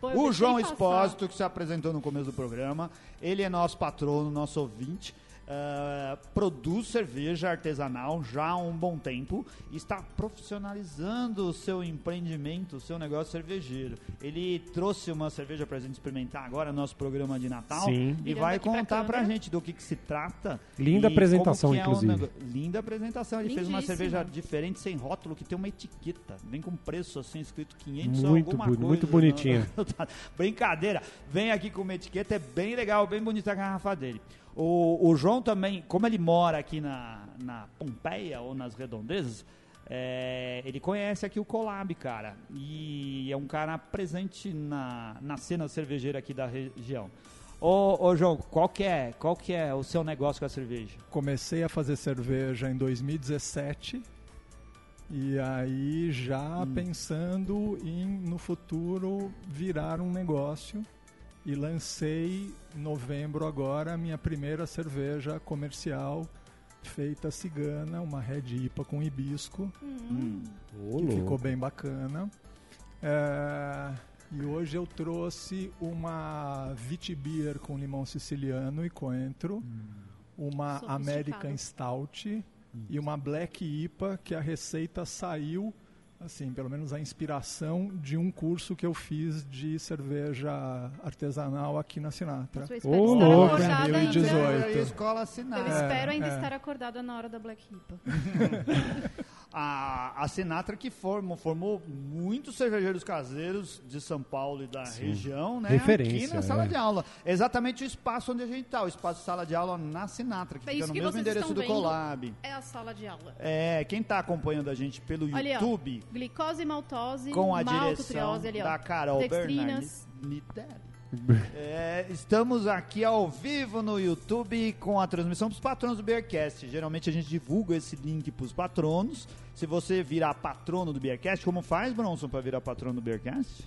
Speaker 2: pô, eu
Speaker 1: O
Speaker 2: deixei
Speaker 1: João
Speaker 2: passar.
Speaker 1: Espósito, que se apresentou no começo do programa, ele é nosso patrono, nosso ouvinte. eh, produz cerveja artesanal já há um bom tempo e está profissionalizando o seu empreendimento, o seu negócio cervejeiro. Ele trouxe uma cerveja para a gente experimentar agora no nosso programa de Natal
Speaker 3: Sim.
Speaker 1: e
Speaker 2: Virando
Speaker 1: vai
Speaker 2: aqui pra
Speaker 1: contar para a
Speaker 2: câmera.
Speaker 1: gente do que, que se trata.
Speaker 3: Linda
Speaker 1: e
Speaker 3: apresentação,
Speaker 1: como que é o
Speaker 3: inclusive.
Speaker 1: nego- Linda apresentação. Ele fez uma
Speaker 2: Lindíssima.
Speaker 1: cerveja diferente, sem rótulo, que tem uma etiqueta. Vem com preço assim, escrito 500 ou
Speaker 3: Muito
Speaker 1: alguma
Speaker 3: boni-
Speaker 1: coisa.
Speaker 3: muito bonitinha.
Speaker 1: Brincadeira. Vem aqui com uma etiqueta, é bem legal, bem bonita a garrafa dele. O, o João também, como ele mora aqui na, na Pompeia ou nas redondezas, é, ele conhece aqui o Colab, cara. E é um cara presente na, na cena cervejeira aqui da região. Ô, ô João, qual que, é, qual que é o seu negócio com a cerveja?
Speaker 5: Comecei a fazer cerveja em 2017 e aí já
Speaker 3: Hum.
Speaker 5: pensando em no futuro virar um negócio e lancei em novembro agora a minha primeira cerveja comercial feita cigana, uma Red IPA com hibisco,
Speaker 3: Hum. Ô,
Speaker 5: que
Speaker 3: louco.
Speaker 5: ficou bem bacana. É, e hoje eu trouxe uma Vitibeer com limão siciliano e coentro,
Speaker 3: Hum.
Speaker 5: uma
Speaker 2: Sofisticado.
Speaker 5: American Stout
Speaker 3: Hum.
Speaker 5: e uma Black IPA, que a receita saiu, assim, pelo menos a inspiração de um curso que eu fiz de cerveja artesanal aqui na Sinatra.
Speaker 2: Eu espero
Speaker 3: Ô,
Speaker 2: estar
Speaker 3: louco,
Speaker 2: tá acordada ainda. né?
Speaker 5: 2018.
Speaker 1: Escola
Speaker 2: Eu
Speaker 1: assinada.
Speaker 2: espero ainda
Speaker 5: é.
Speaker 2: estar acordada na hora da Black Hipa.
Speaker 1: A, a Sinatra que formou, formou muitos cervejeiros caseiros de São Paulo e da região, né?
Speaker 3: Referência,
Speaker 1: aqui na sala
Speaker 3: é.
Speaker 1: de aula. Exatamente o espaço onde a gente está, o espaço sala de aula na Sinatra, que
Speaker 2: É
Speaker 1: fica
Speaker 2: isso
Speaker 1: no
Speaker 2: que
Speaker 1: mesmo
Speaker 2: vocês
Speaker 1: endereço
Speaker 2: estão
Speaker 1: do
Speaker 2: vendo.
Speaker 1: Colab.
Speaker 2: É a sala de aula.
Speaker 1: É, quem está acompanhando a gente pelo
Speaker 2: Olha, ó,
Speaker 1: YouTube,
Speaker 2: Glicose e maltose,
Speaker 1: com a direção
Speaker 2: maltotriose ali, ó.
Speaker 1: da Carol Bernardi.
Speaker 2: dextrinas.
Speaker 1: É, estamos aqui ao vivo no YouTube com a transmissão para os patronos do Beercast. Geralmente a gente divulga esse link para os patronos. Se você virar patrono do Beercast, como faz, Bronson, para virar patrono do Beercast?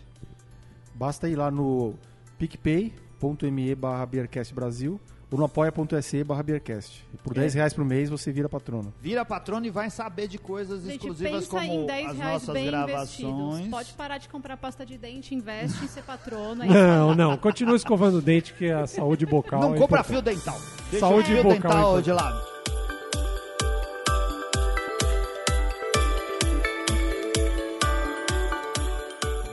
Speaker 7: Basta ir lá no picpay.me barra Beercast Brasil ou no apoia.se barra Beercast. E
Speaker 3: É.
Speaker 7: por 10 reais por mês você vira patrono.
Speaker 1: Vira patrono e vai saber de coisas
Speaker 2: Gente,
Speaker 1: exclusivas
Speaker 2: pensa
Speaker 1: como
Speaker 2: em 10
Speaker 1: as
Speaker 2: reais
Speaker 1: nossas
Speaker 2: bem
Speaker 1: gravações.
Speaker 2: investidos. Pode parar de comprar pasta de dente, investe em ser patrona.
Speaker 3: Não, não. Continua escovando o dente, que a saúde bocal.
Speaker 1: Não
Speaker 3: é
Speaker 1: compra
Speaker 3: importante.
Speaker 1: fio dental. Deixa
Speaker 3: Saúde
Speaker 1: o fio
Speaker 3: bucal,
Speaker 1: dental
Speaker 3: então.
Speaker 1: de lado.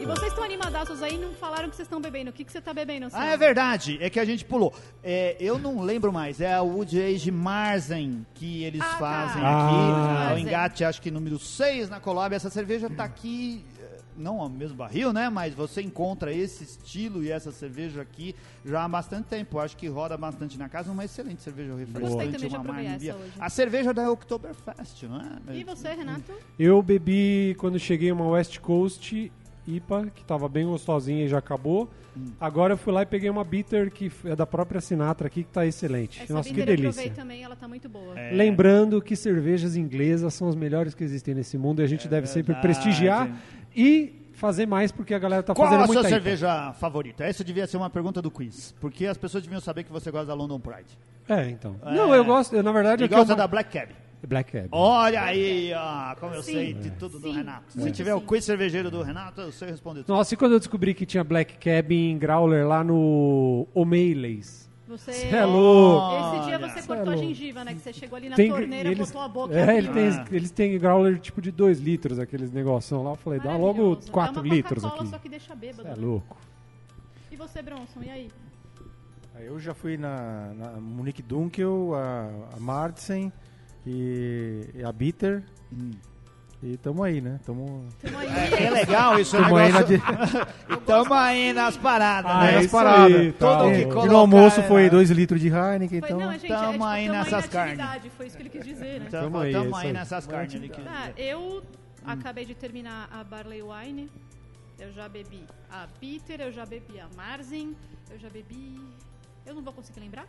Speaker 2: E vocês estão animadaços aí não falaram que vocês estão bebendo. O que, que você tá bebendo?
Speaker 1: Ah,
Speaker 2: Sandra?
Speaker 1: é verdade. É que a gente pulou. É, eu não lembro mais. É a Wood Age Marzen que eles
Speaker 2: Ah, tá.
Speaker 1: fazem
Speaker 3: Ah.
Speaker 1: aqui. É o
Speaker 2: Marzen.
Speaker 1: engate, acho que número 6 na Colab. Essa cerveja tá aqui. eh, Não ao mesmo barril, né? Mas você encontra esse estilo e essa cerveja aqui já há bastante tempo. Acho que roda bastante na casa. Uma excelente cerveja
Speaker 2: gostei
Speaker 1: refrescante,
Speaker 2: também de
Speaker 1: uma
Speaker 2: provar essa
Speaker 1: maravilha.
Speaker 2: hoje.
Speaker 1: A cerveja da Oktoberfest, não é?
Speaker 2: E você, Renato?
Speaker 3: Eu bebi quando cheguei uma West Coast IPA, que tava bem gostosinha e já acabou.
Speaker 7: Hum.
Speaker 3: Agora eu fui lá e peguei uma bitter que é da própria Sinatra aqui, que tá excelente.
Speaker 2: Essa
Speaker 3: Nossa, que
Speaker 2: bitter eu
Speaker 3: delícia.
Speaker 2: provei também, ela tá muito boa.
Speaker 1: É.
Speaker 3: Lembrando que cervejas inglesas são as melhores que existem nesse mundo e a gente
Speaker 7: É
Speaker 3: deve sempre
Speaker 1: verdade.
Speaker 3: prestigiar e fazer mais porque a galera tá
Speaker 1: Qual
Speaker 3: fazendo
Speaker 1: a
Speaker 3: muita
Speaker 1: sua
Speaker 3: IPA.
Speaker 1: cerveja favorita? Essa devia ser uma pergunta do quiz. Porque as pessoas deviam saber que você gosta da London Pride.
Speaker 3: É, então. Não, eu gosto, eu, na verdade,
Speaker 1: E
Speaker 3: eu tenho
Speaker 1: gosta
Speaker 3: uma...
Speaker 1: da Black Cab.
Speaker 3: Black Cab.
Speaker 1: Olha aí, ó, como eu
Speaker 2: Sim.
Speaker 1: sei de tudo do
Speaker 2: Sim.
Speaker 1: Renato. Se
Speaker 2: Muito
Speaker 1: tiver o
Speaker 2: sim.
Speaker 1: quiz cervejeiro do Renato, eu sei responder tudo.
Speaker 3: Nossa, e quando eu descobri que tinha Black Cab em Growler lá no O'Malley's?
Speaker 2: Você...
Speaker 3: Cê é louco.
Speaker 2: Esse dia
Speaker 1: Olha.
Speaker 2: você
Speaker 1: Cê
Speaker 2: cortou
Speaker 3: é
Speaker 2: a
Speaker 3: louco.
Speaker 2: gengiva, né? Que você chegou ali na
Speaker 3: Tem-
Speaker 2: torneira,
Speaker 3: e eles-
Speaker 2: botou a boca.
Speaker 3: É, ele
Speaker 2: abriu.
Speaker 3: tem, eles têm growler tipo de 2 litros, aqueles negocinho lá. Eu falei, dá logo
Speaker 2: Maravilhoso.
Speaker 3: 4
Speaker 2: é uma
Speaker 3: litros
Speaker 2: Coca-Cola,
Speaker 3: aqui.
Speaker 2: só que deixa bêbado.
Speaker 3: É
Speaker 2: né?
Speaker 3: louco.
Speaker 2: E você, Bronson, e aí?
Speaker 7: Aí Eu já fui na, na Monique Dunkel, a, a Martzen e, e a Bitter. E tamo aí, né? Tamo
Speaker 2: Tamo aí.
Speaker 1: É legal isso, é um
Speaker 7: Tamo aí
Speaker 1: negócio...
Speaker 7: na
Speaker 1: Tamo aí nas paradas,
Speaker 3: Ah,
Speaker 1: né?
Speaker 3: é
Speaker 1: Nas
Speaker 3: isso
Speaker 1: paradas.
Speaker 3: aí, tá
Speaker 1: Tudo
Speaker 3: bom.
Speaker 1: que
Speaker 3: E no
Speaker 1: colocar
Speaker 7: E no almoço
Speaker 1: é-
Speaker 7: foi 2 litros de Heineken,
Speaker 2: Foi,
Speaker 7: então.
Speaker 2: não, é, gente,
Speaker 1: tamo
Speaker 2: é, tipo,
Speaker 1: aí
Speaker 2: tamo
Speaker 1: nessas Então,
Speaker 2: na atividade, Foi isso que ele quis dizer, né?
Speaker 1: Tamo,
Speaker 3: Tamo aí,
Speaker 1: tamo
Speaker 3: isso
Speaker 1: aí
Speaker 3: aí.
Speaker 1: nessas carnes. né? ele quis
Speaker 2: Ah,
Speaker 1: dizer.
Speaker 2: eu acabei de terminar a Barley Wine. Eu já bebi a Bitter, eu já bebi a Marzen, eu já bebi. Eu não vou conseguir lembrar.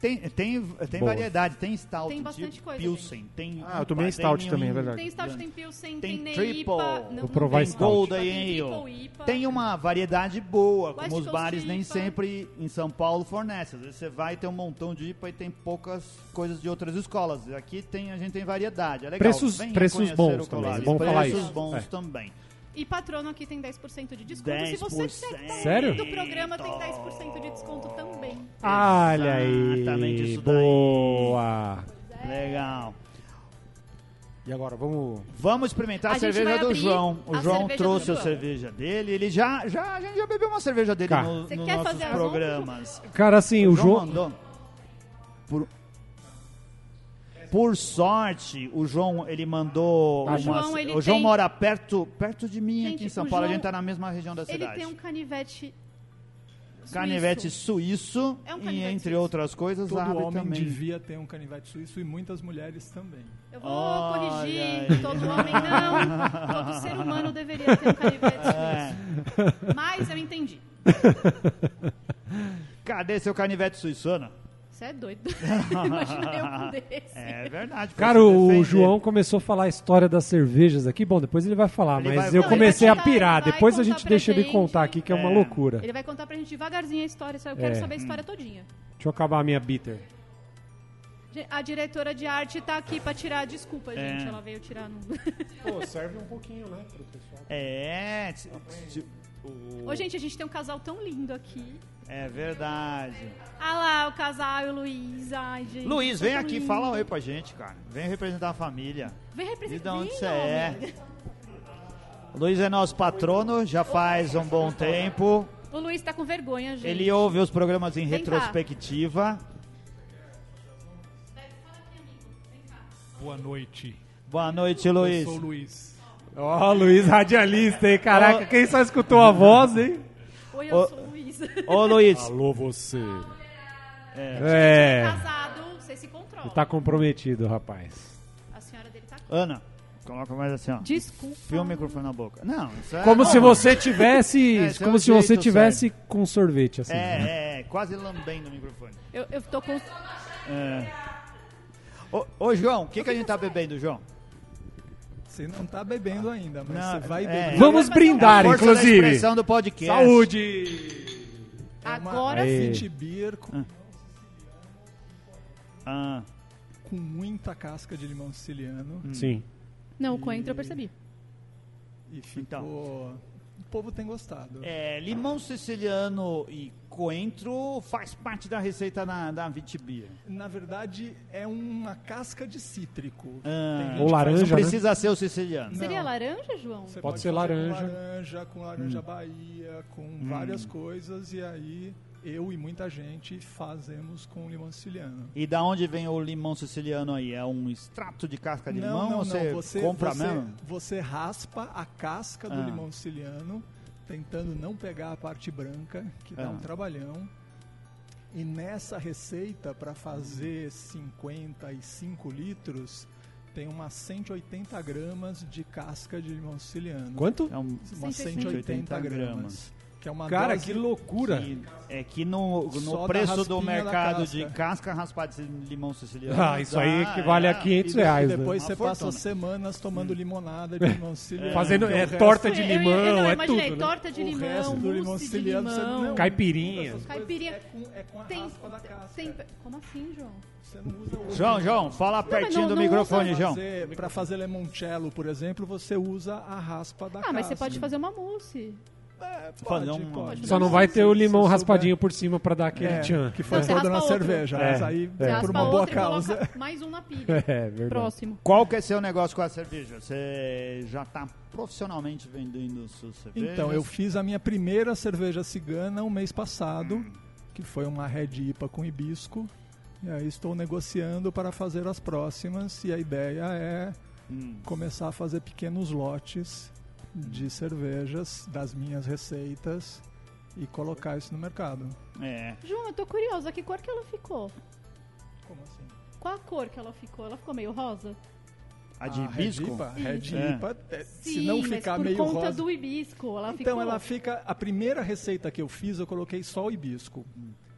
Speaker 1: Tem, tem, tem
Speaker 3: Boa.
Speaker 1: variedade, tem stout,
Speaker 2: Tem bastante
Speaker 1: tipo
Speaker 2: coisa,
Speaker 1: Pilsen, tem...
Speaker 7: Ah, eu tomei
Speaker 1: tem
Speaker 7: stout
Speaker 1: um-
Speaker 7: também, é verdade.
Speaker 2: Tem Stout, tem Pilsen,
Speaker 1: Tem
Speaker 2: tem, Neipa.
Speaker 1: triple.
Speaker 2: Não, não
Speaker 3: Vou provar
Speaker 2: tem
Speaker 3: stout.
Speaker 2: Golden
Speaker 1: Golden
Speaker 2: IPA,
Speaker 1: Ale.
Speaker 2: Tem triple IPA.
Speaker 1: Tem um uma variedade boa,
Speaker 2: West
Speaker 1: como os
Speaker 2: Coast
Speaker 1: bares nem
Speaker 2: IPA.
Speaker 1: sempre em São Paulo fornecem. Às vezes você vai e tem um montão de IPA e tem poucas coisas de outras escolas. Aqui tem, a gente tem variedade, é legal.
Speaker 3: Preços-
Speaker 1: Venha
Speaker 3: preços
Speaker 1: conhecer o
Speaker 3: bons também,
Speaker 1: Colab.
Speaker 3: é bom
Speaker 1: preços
Speaker 3: falar isso.
Speaker 1: bons
Speaker 3: É.
Speaker 1: também.
Speaker 2: E patrono aqui tem 10% de desconto. Se
Speaker 1: 10%.
Speaker 2: você é
Speaker 3: Sério?
Speaker 2: do programa, tem 10% de desconto também.
Speaker 3: Olha
Speaker 1: Exatamente
Speaker 3: aí,
Speaker 1: isso daí.
Speaker 3: boa.
Speaker 1: É. Legal.
Speaker 7: E agora, vamos.
Speaker 1: Vamos experimentar a,
Speaker 2: A gente
Speaker 1: cerveja
Speaker 2: vai
Speaker 1: do
Speaker 2: abrir
Speaker 1: João. O
Speaker 2: a
Speaker 1: João
Speaker 2: cerveja
Speaker 1: trouxe
Speaker 2: do
Speaker 1: a
Speaker 2: João.
Speaker 1: cerveja dele. Ele já, já, a gente já bebeu uma cerveja dele
Speaker 3: Tá.
Speaker 1: no,
Speaker 2: Você
Speaker 1: nos
Speaker 2: quer
Speaker 1: nossos
Speaker 2: fazer as honras?
Speaker 1: programas.
Speaker 3: Cara, assim, o João...
Speaker 1: mandou. Por, por sorte, o João ele mandou.
Speaker 2: O
Speaker 1: uma-
Speaker 2: João, ele
Speaker 1: o João
Speaker 2: tem-
Speaker 1: mora perto, perto de mim aqui
Speaker 2: Gente,
Speaker 1: em São
Speaker 2: o
Speaker 1: Paulo. a
Speaker 2: João-
Speaker 1: gente tá na mesma região da
Speaker 2: Ele
Speaker 1: cidade.
Speaker 2: tem um canivete. suíço.
Speaker 1: Canivete suíço,
Speaker 2: É um
Speaker 1: e
Speaker 2: canivete
Speaker 1: entre
Speaker 2: suíço.
Speaker 1: outras coisas,
Speaker 5: Todo
Speaker 1: a Rabi
Speaker 5: homem
Speaker 1: também.
Speaker 5: devia ter um canivete suíço e muitas mulheres também.
Speaker 2: Eu vou
Speaker 1: Olha aí.
Speaker 2: corrigir. Todo homem não. Todo ser humano deveria ter um
Speaker 1: É.
Speaker 2: canivete suíço. Mas eu entendi.
Speaker 1: Cadê seu canivete suíço, Ana?
Speaker 2: Você é doido. Imagina eu com desse.
Speaker 1: É verdade. pra
Speaker 3: Cara,
Speaker 1: se
Speaker 3: o
Speaker 1: defender.
Speaker 3: João começou a falar a história das cervejas aqui. Bom, depois ele vai falar,
Speaker 1: Ele
Speaker 3: mas
Speaker 1: vai-
Speaker 3: eu
Speaker 1: Não, ele
Speaker 3: comecei
Speaker 2: vai
Speaker 3: a
Speaker 2: contar,
Speaker 3: pirar.
Speaker 2: ele vai
Speaker 3: Depois a
Speaker 2: contar
Speaker 3: gente
Speaker 2: pra
Speaker 3: deixa ele
Speaker 2: gente.
Speaker 3: contar aqui, que é uma
Speaker 1: É.
Speaker 3: loucura.
Speaker 2: Ele vai contar pra gente devagarzinho a história, só eu quero
Speaker 3: É.
Speaker 2: saber a história todinha.
Speaker 3: Deixa eu acabar a minha bitter.
Speaker 2: Ge- A diretora de arte tá aqui pra tirar a desculpa, gente.
Speaker 1: É.
Speaker 2: Ela veio tirar no.
Speaker 3: Pô, serve um pouquinho, né, pro pessoal.
Speaker 1: É, t- t-
Speaker 2: Ô, gente, a gente tem um casal tão lindo aqui.
Speaker 1: é verdade.
Speaker 2: Ah lá, o casal e o Luiz. Ai, gente.
Speaker 1: Luiz, vem
Speaker 2: tão
Speaker 1: aqui,
Speaker 2: lindo.
Speaker 1: fala um oi pra gente, cara. Vem representar a família.
Speaker 2: Vem
Speaker 1: E
Speaker 2: representar.
Speaker 1: de onde
Speaker 2: Vem,
Speaker 1: você
Speaker 2: homem.
Speaker 1: é? Luiz é nosso patrono, já faz um bom tempo.
Speaker 2: O Luiz tá com vergonha, gente.
Speaker 1: Ele é ouve os programas em
Speaker 2: Vem cá.
Speaker 1: retrospectiva.
Speaker 5: Boa noite.
Speaker 1: Boa noite, Luiz.
Speaker 5: Eu sou o Luiz.
Speaker 3: Ó, Luiz radialista, hein? Caraca, quem só escutou a voz, hein?
Speaker 2: Oi, eu
Speaker 1: Ô-
Speaker 2: sou o Luiz.
Speaker 1: Ô, Luiz,
Speaker 3: Alô, você.
Speaker 2: É
Speaker 3: É.
Speaker 2: Casado, você se controla.
Speaker 3: Tá comprometido, rapaz.
Speaker 2: A senhora dele tá aqui.
Speaker 1: Ana, coloca mais assim, ó.
Speaker 2: Desculpa.
Speaker 1: Fio o microfone na boca. Não, isso é.
Speaker 3: Como se
Speaker 1: normal.
Speaker 3: você tivesse,
Speaker 1: É, esse é
Speaker 3: como
Speaker 1: o
Speaker 3: se você
Speaker 1: jeito,
Speaker 3: tivesse com sorvete assim. né?
Speaker 1: É, é, é, quase lambendo o microfone.
Speaker 2: Eu, eu tô com.
Speaker 1: Ô, ô João, o que, que a gente tá bebendo, João?
Speaker 5: Você não tá bebendo ainda, mas
Speaker 1: Não,
Speaker 5: você vai
Speaker 1: é.
Speaker 5: beber.
Speaker 3: Vamos brindar,
Speaker 1: Força da
Speaker 3: inclusive.
Speaker 1: expressão do podcast.
Speaker 3: Saúde.
Speaker 5: É
Speaker 2: Agora sim.
Speaker 3: Aê.
Speaker 5: Fitbir com,
Speaker 1: Ah,
Speaker 5: com muita casca de limão
Speaker 1: Hum.
Speaker 5: siciliano.
Speaker 3: Sim.
Speaker 2: Não, o coentro eu percebi.
Speaker 5: E ficou...
Speaker 1: Então.
Speaker 5: O povo tem gostado.
Speaker 1: é, limão siciliano e coentro faz parte da receita na, da Vitibia.
Speaker 5: Na verdade, é uma casca de cítrico.
Speaker 1: Ah,
Speaker 5: Tem
Speaker 3: Ou
Speaker 1: não
Speaker 3: laranja, né?
Speaker 1: precisa ser o siciliano.
Speaker 2: Seria
Speaker 5: Não.
Speaker 2: laranja, João?
Speaker 5: Você
Speaker 3: Pode ser
Speaker 5: fazer
Speaker 3: laranja. Hum.
Speaker 5: Com laranja, com laranja Bahia, com várias coisas. E aí, eu e muita gente fazemos com limão siciliano.
Speaker 1: E da onde vem o limão siciliano aí? É um extrato de casca de limão ou você, compra
Speaker 5: você,
Speaker 1: mesmo?
Speaker 5: você raspa a casca do
Speaker 1: Ah.
Speaker 5: limão siciliano, tentando não pegar a parte branca, que dá
Speaker 1: Ah.
Speaker 5: um trabalhão. E nessa receita, para fazer 55 litros, tem umas 180 gramas de casca de limão siciliano.
Speaker 3: Quanto?
Speaker 1: É um,
Speaker 5: Umas 180 gramas. Que é uma
Speaker 3: Cara,
Speaker 5: dose
Speaker 3: que loucura.
Speaker 1: que- é que no, no
Speaker 5: Só da
Speaker 1: preço do
Speaker 5: raspinha da
Speaker 1: mercado
Speaker 5: casca.
Speaker 1: de casca raspada de limão siciliano.
Speaker 3: Ah, isso aí
Speaker 1: dá,
Speaker 3: equivale
Speaker 1: é,
Speaker 3: a 500
Speaker 5: E
Speaker 3: reais. né?
Speaker 5: depois
Speaker 1: né?
Speaker 5: você
Speaker 1: Uma
Speaker 5: passa
Speaker 1: fortuna. Hum.
Speaker 5: semanas tomando limonada de limão siciliano.
Speaker 3: Fazendo
Speaker 5: que o
Speaker 3: é,
Speaker 5: resto-
Speaker 3: torta de
Speaker 2: Eu ia-
Speaker 3: limão,
Speaker 2: eu, não, eu
Speaker 3: é
Speaker 2: imaginei
Speaker 3: tudo. né?
Speaker 2: torta de
Speaker 5: O
Speaker 2: limão,
Speaker 5: resto do limão
Speaker 2: mousse de
Speaker 5: siciliano, você
Speaker 2: limão.
Speaker 5: não-
Speaker 3: Caipirinha.
Speaker 5: Essas coisas
Speaker 2: Caipirinha.
Speaker 5: É com, é com a
Speaker 2: Tem,
Speaker 5: raspa da casca.
Speaker 2: tem- como assim, João?
Speaker 5: Você não usa o
Speaker 1: João, João, fala pertinho
Speaker 2: não-
Speaker 1: do
Speaker 2: não
Speaker 1: microfone,
Speaker 2: usa
Speaker 1: João.
Speaker 5: Você, pra fazer limoncello, por exemplo, você usa a raspa da
Speaker 2: Ah,
Speaker 5: casca.
Speaker 2: mas você pode fazer uma mousse.
Speaker 5: É, pode,
Speaker 1: Fazer um-
Speaker 5: pode.
Speaker 3: Só não vai ter o
Speaker 5: Se- se
Speaker 3: limão
Speaker 5: souber-
Speaker 3: raspadinho por cima pra dar aquele
Speaker 5: É,
Speaker 3: tchan.
Speaker 5: que foi
Speaker 2: Não, você
Speaker 5: toda na
Speaker 2: raspa outro.
Speaker 5: cerveja,
Speaker 3: É,
Speaker 5: mas aí
Speaker 2: Você
Speaker 5: por
Speaker 2: raspa
Speaker 5: uma boa
Speaker 2: outra e
Speaker 5: causa.
Speaker 2: coloca mais um na pilha.
Speaker 3: É, verdade.
Speaker 2: Próximo.
Speaker 1: Qual que é seu negócio com a cerveja? Você já está profissionalmente vendendo sua cerveja?
Speaker 5: Então, eu fiz a minha primeira cerveja cigana o mês passado, que foi uma Red IPA com hibisco. E aí estou negociando para fazer as próximas e a ideia é
Speaker 1: Hum.
Speaker 5: começar a fazer pequenos lotes de cervejas das minhas receitas e colocar isso no mercado.
Speaker 1: É.
Speaker 2: João, eu tô curiosa, que cor que ela ficou?
Speaker 5: Como assim?
Speaker 2: Qual a cor que ela ficou? Ela ficou meio rosa?
Speaker 1: A
Speaker 3: Ah, é
Speaker 1: de
Speaker 5: a Red
Speaker 1: hibisco?
Speaker 5: IPA, Red
Speaker 1: Isso. É.
Speaker 5: IPA, é, se
Speaker 2: Sim,
Speaker 5: não
Speaker 2: mas
Speaker 5: ficar
Speaker 2: por
Speaker 5: meio
Speaker 2: conta
Speaker 5: rosa,
Speaker 2: do hibisco, ela
Speaker 5: Então
Speaker 2: ficou...
Speaker 5: ela fica. A primeira receita que eu fiz, eu coloquei só o hibisco.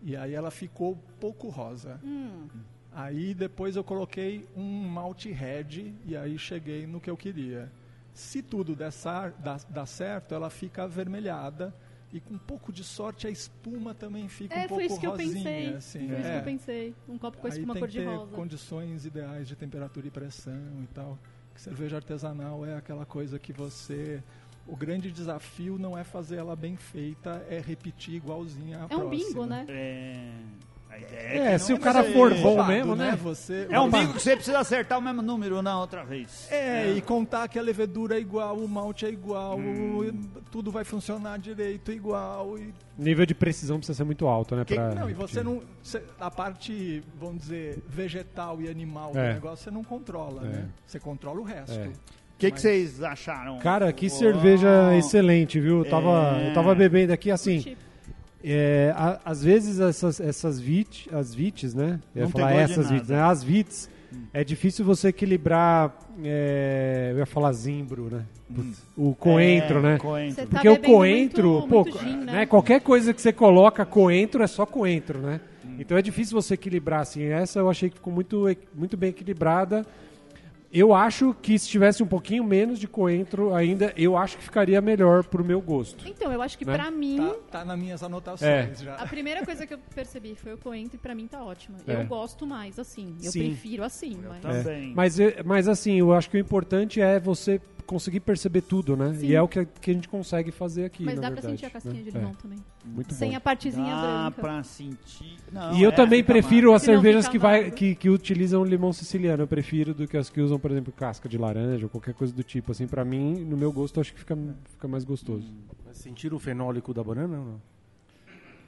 Speaker 5: E aí ela ficou pouco rosa.
Speaker 2: Hum.
Speaker 5: Aí depois eu coloquei um malte red e aí cheguei no que eu queria. Se tudo der, sar- dá, dá certo, ela fica avermelhada. E com um pouco de sorte, a espuma também fica
Speaker 2: É,
Speaker 5: um pouco
Speaker 2: foi isso que eu
Speaker 5: rosinha.
Speaker 2: pensei.
Speaker 5: assim,
Speaker 2: foi isso
Speaker 5: é.
Speaker 2: que eu pensei. Um copo com
Speaker 5: Aí
Speaker 2: uma
Speaker 5: tem
Speaker 2: cor
Speaker 5: que
Speaker 2: de
Speaker 5: ter
Speaker 2: rosa.
Speaker 5: condições ideais de temperatura e pressão e tal. Que cerveja artesanal é aquela coisa que você. O grande desafio
Speaker 2: um
Speaker 5: não é fazer ela bem feita, é repetir igualzinha a
Speaker 2: né? É um bingo, né?
Speaker 1: É. A ideia
Speaker 3: É,
Speaker 1: que
Speaker 3: se
Speaker 1: não
Speaker 3: o cara for
Speaker 1: ser-
Speaker 3: bom
Speaker 5: Roubado,
Speaker 3: mesmo, né?
Speaker 5: Você,
Speaker 1: É um bingo que você precisa acertar o mesmo número na outra vez.
Speaker 5: É, e contar que a levedura é igual, o malte é igual,
Speaker 3: Hum.
Speaker 5: e tudo vai funcionar direito igual. E,
Speaker 3: Nível de precisão precisa ser muito alto, né?
Speaker 5: que-
Speaker 3: pra
Speaker 5: não, e você
Speaker 3: repetir.
Speaker 5: não. você- a parte, vamos dizer, vegetal e animal
Speaker 3: É.
Speaker 5: do negócio você não controla, né? Você controla o resto.
Speaker 3: É.
Speaker 1: O que, que vocês acharam?
Speaker 3: Cara, que
Speaker 1: Oh.
Speaker 3: cerveja excelente, viu? Eu tava,
Speaker 1: É.
Speaker 3: eu tava bebendo aqui assim.
Speaker 2: Tipo,
Speaker 3: É, a- às vezes essas, essas vit, as vites, né? Eu ia
Speaker 1: Não tem
Speaker 3: falar
Speaker 1: gosto de
Speaker 3: essas
Speaker 1: nada. Hum.
Speaker 3: vites, né? As vites, é difícil você equilibrar. é, eu ia falar zimbro, né?
Speaker 1: Hum.
Speaker 3: Putz, O coentro,
Speaker 1: É,
Speaker 3: né?
Speaker 1: Coentro.
Speaker 2: você tá
Speaker 3: Porque o
Speaker 2: bebendo
Speaker 3: coentro,
Speaker 2: muito-
Speaker 3: pô,
Speaker 2: muito gin,
Speaker 3: né?
Speaker 2: né?
Speaker 3: qualquer coisa que você coloca coentro é só coentro, né?
Speaker 1: Hum.
Speaker 3: Então é difícil você equilibrar assim. Essa eu achei que ficou muito, equi- muito bem equilibrada. Eu acho que se tivesse um pouquinho menos de coentro ainda, eu acho que ficaria melhor pro meu gosto.
Speaker 2: Então, eu acho que
Speaker 3: Né?
Speaker 2: pra mim,
Speaker 5: Tá, tá nas minhas
Speaker 3: É.
Speaker 5: anotações já.
Speaker 2: a primeira coisa que eu percebi foi o coentro e pra mim tá ótima.
Speaker 3: É.
Speaker 2: Eu gosto mais assim, eu
Speaker 3: Sim.
Speaker 2: prefiro assim, mas...
Speaker 1: Também.
Speaker 3: É. Mas, eu- mas assim, eu acho que o importante é você conseguir perceber tudo, né?
Speaker 2: Sim.
Speaker 3: E é o que, que a gente consegue fazer aqui,
Speaker 2: Mas
Speaker 3: na
Speaker 2: dá pra
Speaker 3: verdade,
Speaker 2: sentir a casquinha de
Speaker 3: né?
Speaker 2: limão
Speaker 3: É,
Speaker 2: também.
Speaker 3: muito
Speaker 2: Sem
Speaker 3: bom.
Speaker 2: a partezinha
Speaker 1: Dá
Speaker 2: branca.
Speaker 1: pra sentir. Não,
Speaker 3: E eu
Speaker 1: é,
Speaker 3: também
Speaker 1: fica
Speaker 3: prefiro
Speaker 1: amargo.
Speaker 3: as
Speaker 2: Se não
Speaker 3: cervejas
Speaker 2: fica
Speaker 3: que, vai,
Speaker 2: amargo.
Speaker 3: que, que utilizam limão siciliano. Eu prefiro do que as que usam, por exemplo, casca de laranja ou qualquer coisa do tipo. Assim, pra mim, no meu gosto, eu acho que fica, fica mais gostoso.
Speaker 7: Mas Sentiram o fenólico da banana ou não?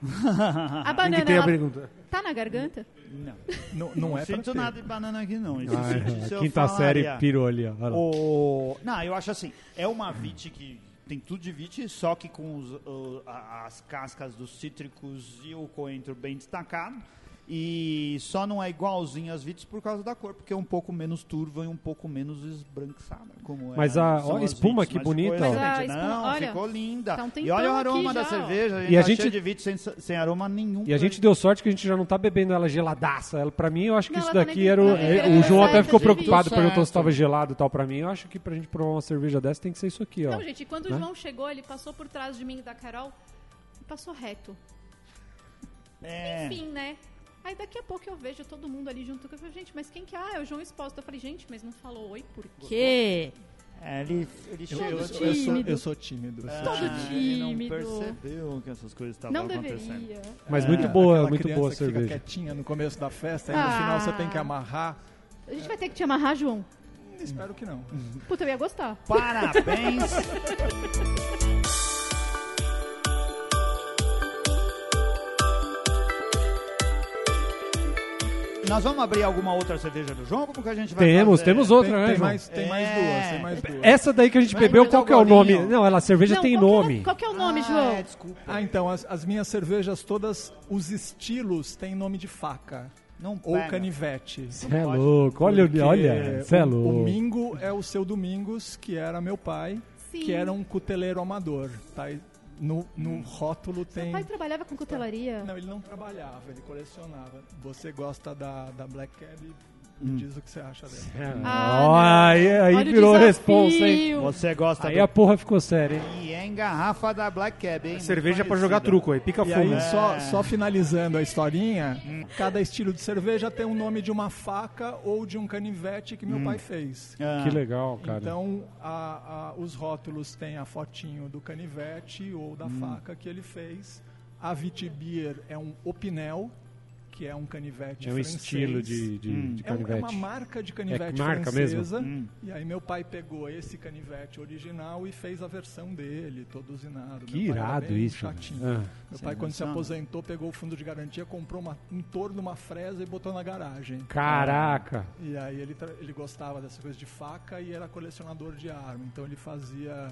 Speaker 2: A
Speaker 7: Tem
Speaker 2: banana,
Speaker 7: que ter a
Speaker 2: ela
Speaker 7: pergunta.
Speaker 2: tá na garganta?
Speaker 1: Não,
Speaker 5: Não, não é
Speaker 1: não
Speaker 5: pra
Speaker 1: sinto
Speaker 5: ter.
Speaker 1: nada de banana aqui, não. Isso
Speaker 3: Ah,
Speaker 1: eu sinto, isso eu é.
Speaker 3: Quinta série
Speaker 1: falaria.
Speaker 3: pirou ali, ó. Olha lá.
Speaker 1: O... Não, eu acho assim, é uma vite que tem tudo de vite, só que com os, o- a- as cascas dos cítricos e o coentro bem destacado. E só não é igualzinho às vites por causa da cor, porque é um pouco menos turva e um pouco menos esbranquiçada. Como é-
Speaker 3: Mas a-
Speaker 1: são
Speaker 3: ó,
Speaker 1: as
Speaker 3: espuma, que
Speaker 1: mas ficou
Speaker 3: bonita, ó.
Speaker 2: Mas a
Speaker 1: excelente.
Speaker 2: espuma-
Speaker 1: Não,
Speaker 2: olha,
Speaker 1: ficou linda.
Speaker 2: tá um
Speaker 1: e olha o
Speaker 2: tempão
Speaker 1: aroma
Speaker 2: aqui
Speaker 1: da
Speaker 2: já, ó.
Speaker 1: cerveja, a gente
Speaker 3: E a
Speaker 1: tá
Speaker 3: gente-
Speaker 1: cheio de vite sem, sem aroma nenhum.
Speaker 3: E a gente deu sorte que a gente já não tá bebendo ela geladaça. Ela, pra mim, eu acho que
Speaker 2: Não,
Speaker 3: isso
Speaker 2: ela tá
Speaker 3: daqui
Speaker 2: nem-
Speaker 3: era o.
Speaker 2: ela tá
Speaker 3: é,
Speaker 2: nem-
Speaker 3: o João
Speaker 2: ela tá
Speaker 3: até
Speaker 2: nem-
Speaker 3: ficou
Speaker 1: Tudo
Speaker 3: preocupado, perguntou se
Speaker 1: certo.
Speaker 3: tava gelado e tal. Pra mim, eu acho que pra gente provar uma cerveja dessa tem que ser isso aqui, ó. Né?
Speaker 2: Então, gente, quando o João chegou, ele passou por trás de mim e da Carol e passou reto.
Speaker 1: É.
Speaker 2: Enfim, né? Aí daqui a pouco eu vejo todo mundo ali junto. Eu falei, gente, mas quem que é? Ah, é o João Exposto. Eu falei, gente, mas não falou oi por quê?
Speaker 1: É, ele, ele
Speaker 5: Eu,
Speaker 1: chegou.
Speaker 5: eu- eu
Speaker 2: Todo
Speaker 5: sou,
Speaker 2: tímido.
Speaker 5: eu sou tímido.
Speaker 1: É.
Speaker 5: eu sou
Speaker 2: Todo
Speaker 5: tímido.
Speaker 1: ele não
Speaker 2: tímido.
Speaker 1: percebeu que essas coisas estavam
Speaker 2: Não
Speaker 1: tá acontecendo.
Speaker 2: deveria.
Speaker 3: Mas
Speaker 1: É,
Speaker 3: muito
Speaker 5: Aquela
Speaker 3: boa, muito
Speaker 5: criança
Speaker 3: boa a
Speaker 5: que fica
Speaker 3: cerveja.
Speaker 5: quietinha no começo da festa, e no
Speaker 2: Ah.
Speaker 5: final você tem que amarrar.
Speaker 2: A gente vai ter que te amarrar, João.
Speaker 5: Espero que não.
Speaker 2: Puta, eu ia gostar.
Speaker 1: Parabéns! Nós vamos abrir alguma outra cerveja do João? Como que a gente vai
Speaker 3: Temos,
Speaker 1: fazer?
Speaker 3: temos outra,
Speaker 5: tem,
Speaker 3: né,
Speaker 5: tem
Speaker 3: João?
Speaker 5: mais, tem mais
Speaker 1: É.
Speaker 5: duas, tem mais duas.
Speaker 3: Essa daí que a gente
Speaker 1: Vai
Speaker 3: bebeu,
Speaker 1: inventar
Speaker 3: qual
Speaker 1: o
Speaker 3: que é o nome?
Speaker 1: golinho.
Speaker 3: Não, ela, a cerveja
Speaker 2: um Não,
Speaker 3: tem
Speaker 2: qual que é-
Speaker 3: nome.
Speaker 2: Qual que é o nome,
Speaker 1: Ah,
Speaker 2: João?
Speaker 1: é, desculpa.
Speaker 5: Ah, então, as, as minhas cervejas todas, os estilos têm nome de faca.
Speaker 1: Não
Speaker 5: Ou
Speaker 1: pega.
Speaker 5: canivete.
Speaker 3: Você é louco, olha,
Speaker 5: Porque
Speaker 3: olha, você é
Speaker 5: o,
Speaker 3: louco.
Speaker 5: o Mingo é o seu Domingos, que era meu pai,
Speaker 2: Sim.
Speaker 5: que era um cuteleiro amador. Tá? E No, no rótulo
Speaker 2: Seu
Speaker 5: tem...
Speaker 2: pai trabalhava com cutelaria?
Speaker 5: Não, ele não trabalhava, ele colecionava. Você gosta da, da Black Cab,
Speaker 3: Hum.
Speaker 5: me diz o que você acha dela.
Speaker 3: É.
Speaker 2: Ah,
Speaker 3: Ó,
Speaker 2: não.
Speaker 3: aí, aí
Speaker 2: Olha o
Speaker 3: virou
Speaker 2: desafio.
Speaker 3: responsa, hein?
Speaker 1: Você gosta
Speaker 3: Aí é
Speaker 1: do...
Speaker 3: a porra ficou séria, hein?
Speaker 1: E é em garrafa da Black Cab, hein?
Speaker 7: Cerveja
Speaker 1: Muito
Speaker 7: é pra
Speaker 3: né?
Speaker 7: jogar
Speaker 1: parecida.
Speaker 7: truco aí, pica
Speaker 5: E
Speaker 7: fogo.
Speaker 5: aí, só, só finalizando a historinha, cada estilo de cerveja tem o nome de uma faca ou de um canivete que meu pai fez.
Speaker 1: Ah,
Speaker 3: Que legal, Hum. cara.
Speaker 5: Então, a- a- os rótulos têm a fotinho do canivete ou da
Speaker 3: Hum.
Speaker 5: faca que ele fez. A Vitibier é um opinel, que é um canivete
Speaker 3: é um
Speaker 5: francês.
Speaker 3: estilo de, de, de
Speaker 5: É, um- é uma
Speaker 3: canivete.
Speaker 5: marca de canivete
Speaker 3: É marca
Speaker 5: francesa.
Speaker 1: mesmo? Hum.
Speaker 5: E aí meu pai pegou esse canivete original e fez a versão dele, todo usinado.
Speaker 3: que
Speaker 5: Meu pai era
Speaker 3: irado
Speaker 5: bem
Speaker 3: isso.
Speaker 5: Chatinho.
Speaker 3: velho. Ah.
Speaker 5: Meu pai, quando se
Speaker 1: noção.
Speaker 5: aposentou, pegou o fundo de garantia, comprou uma, um torno, uma fresa e botou na garagem.
Speaker 3: Ah, caraca.
Speaker 5: E aí ele, tra- ele gostava dessa coisa de faca e era colecionador de arma. Então ele fazia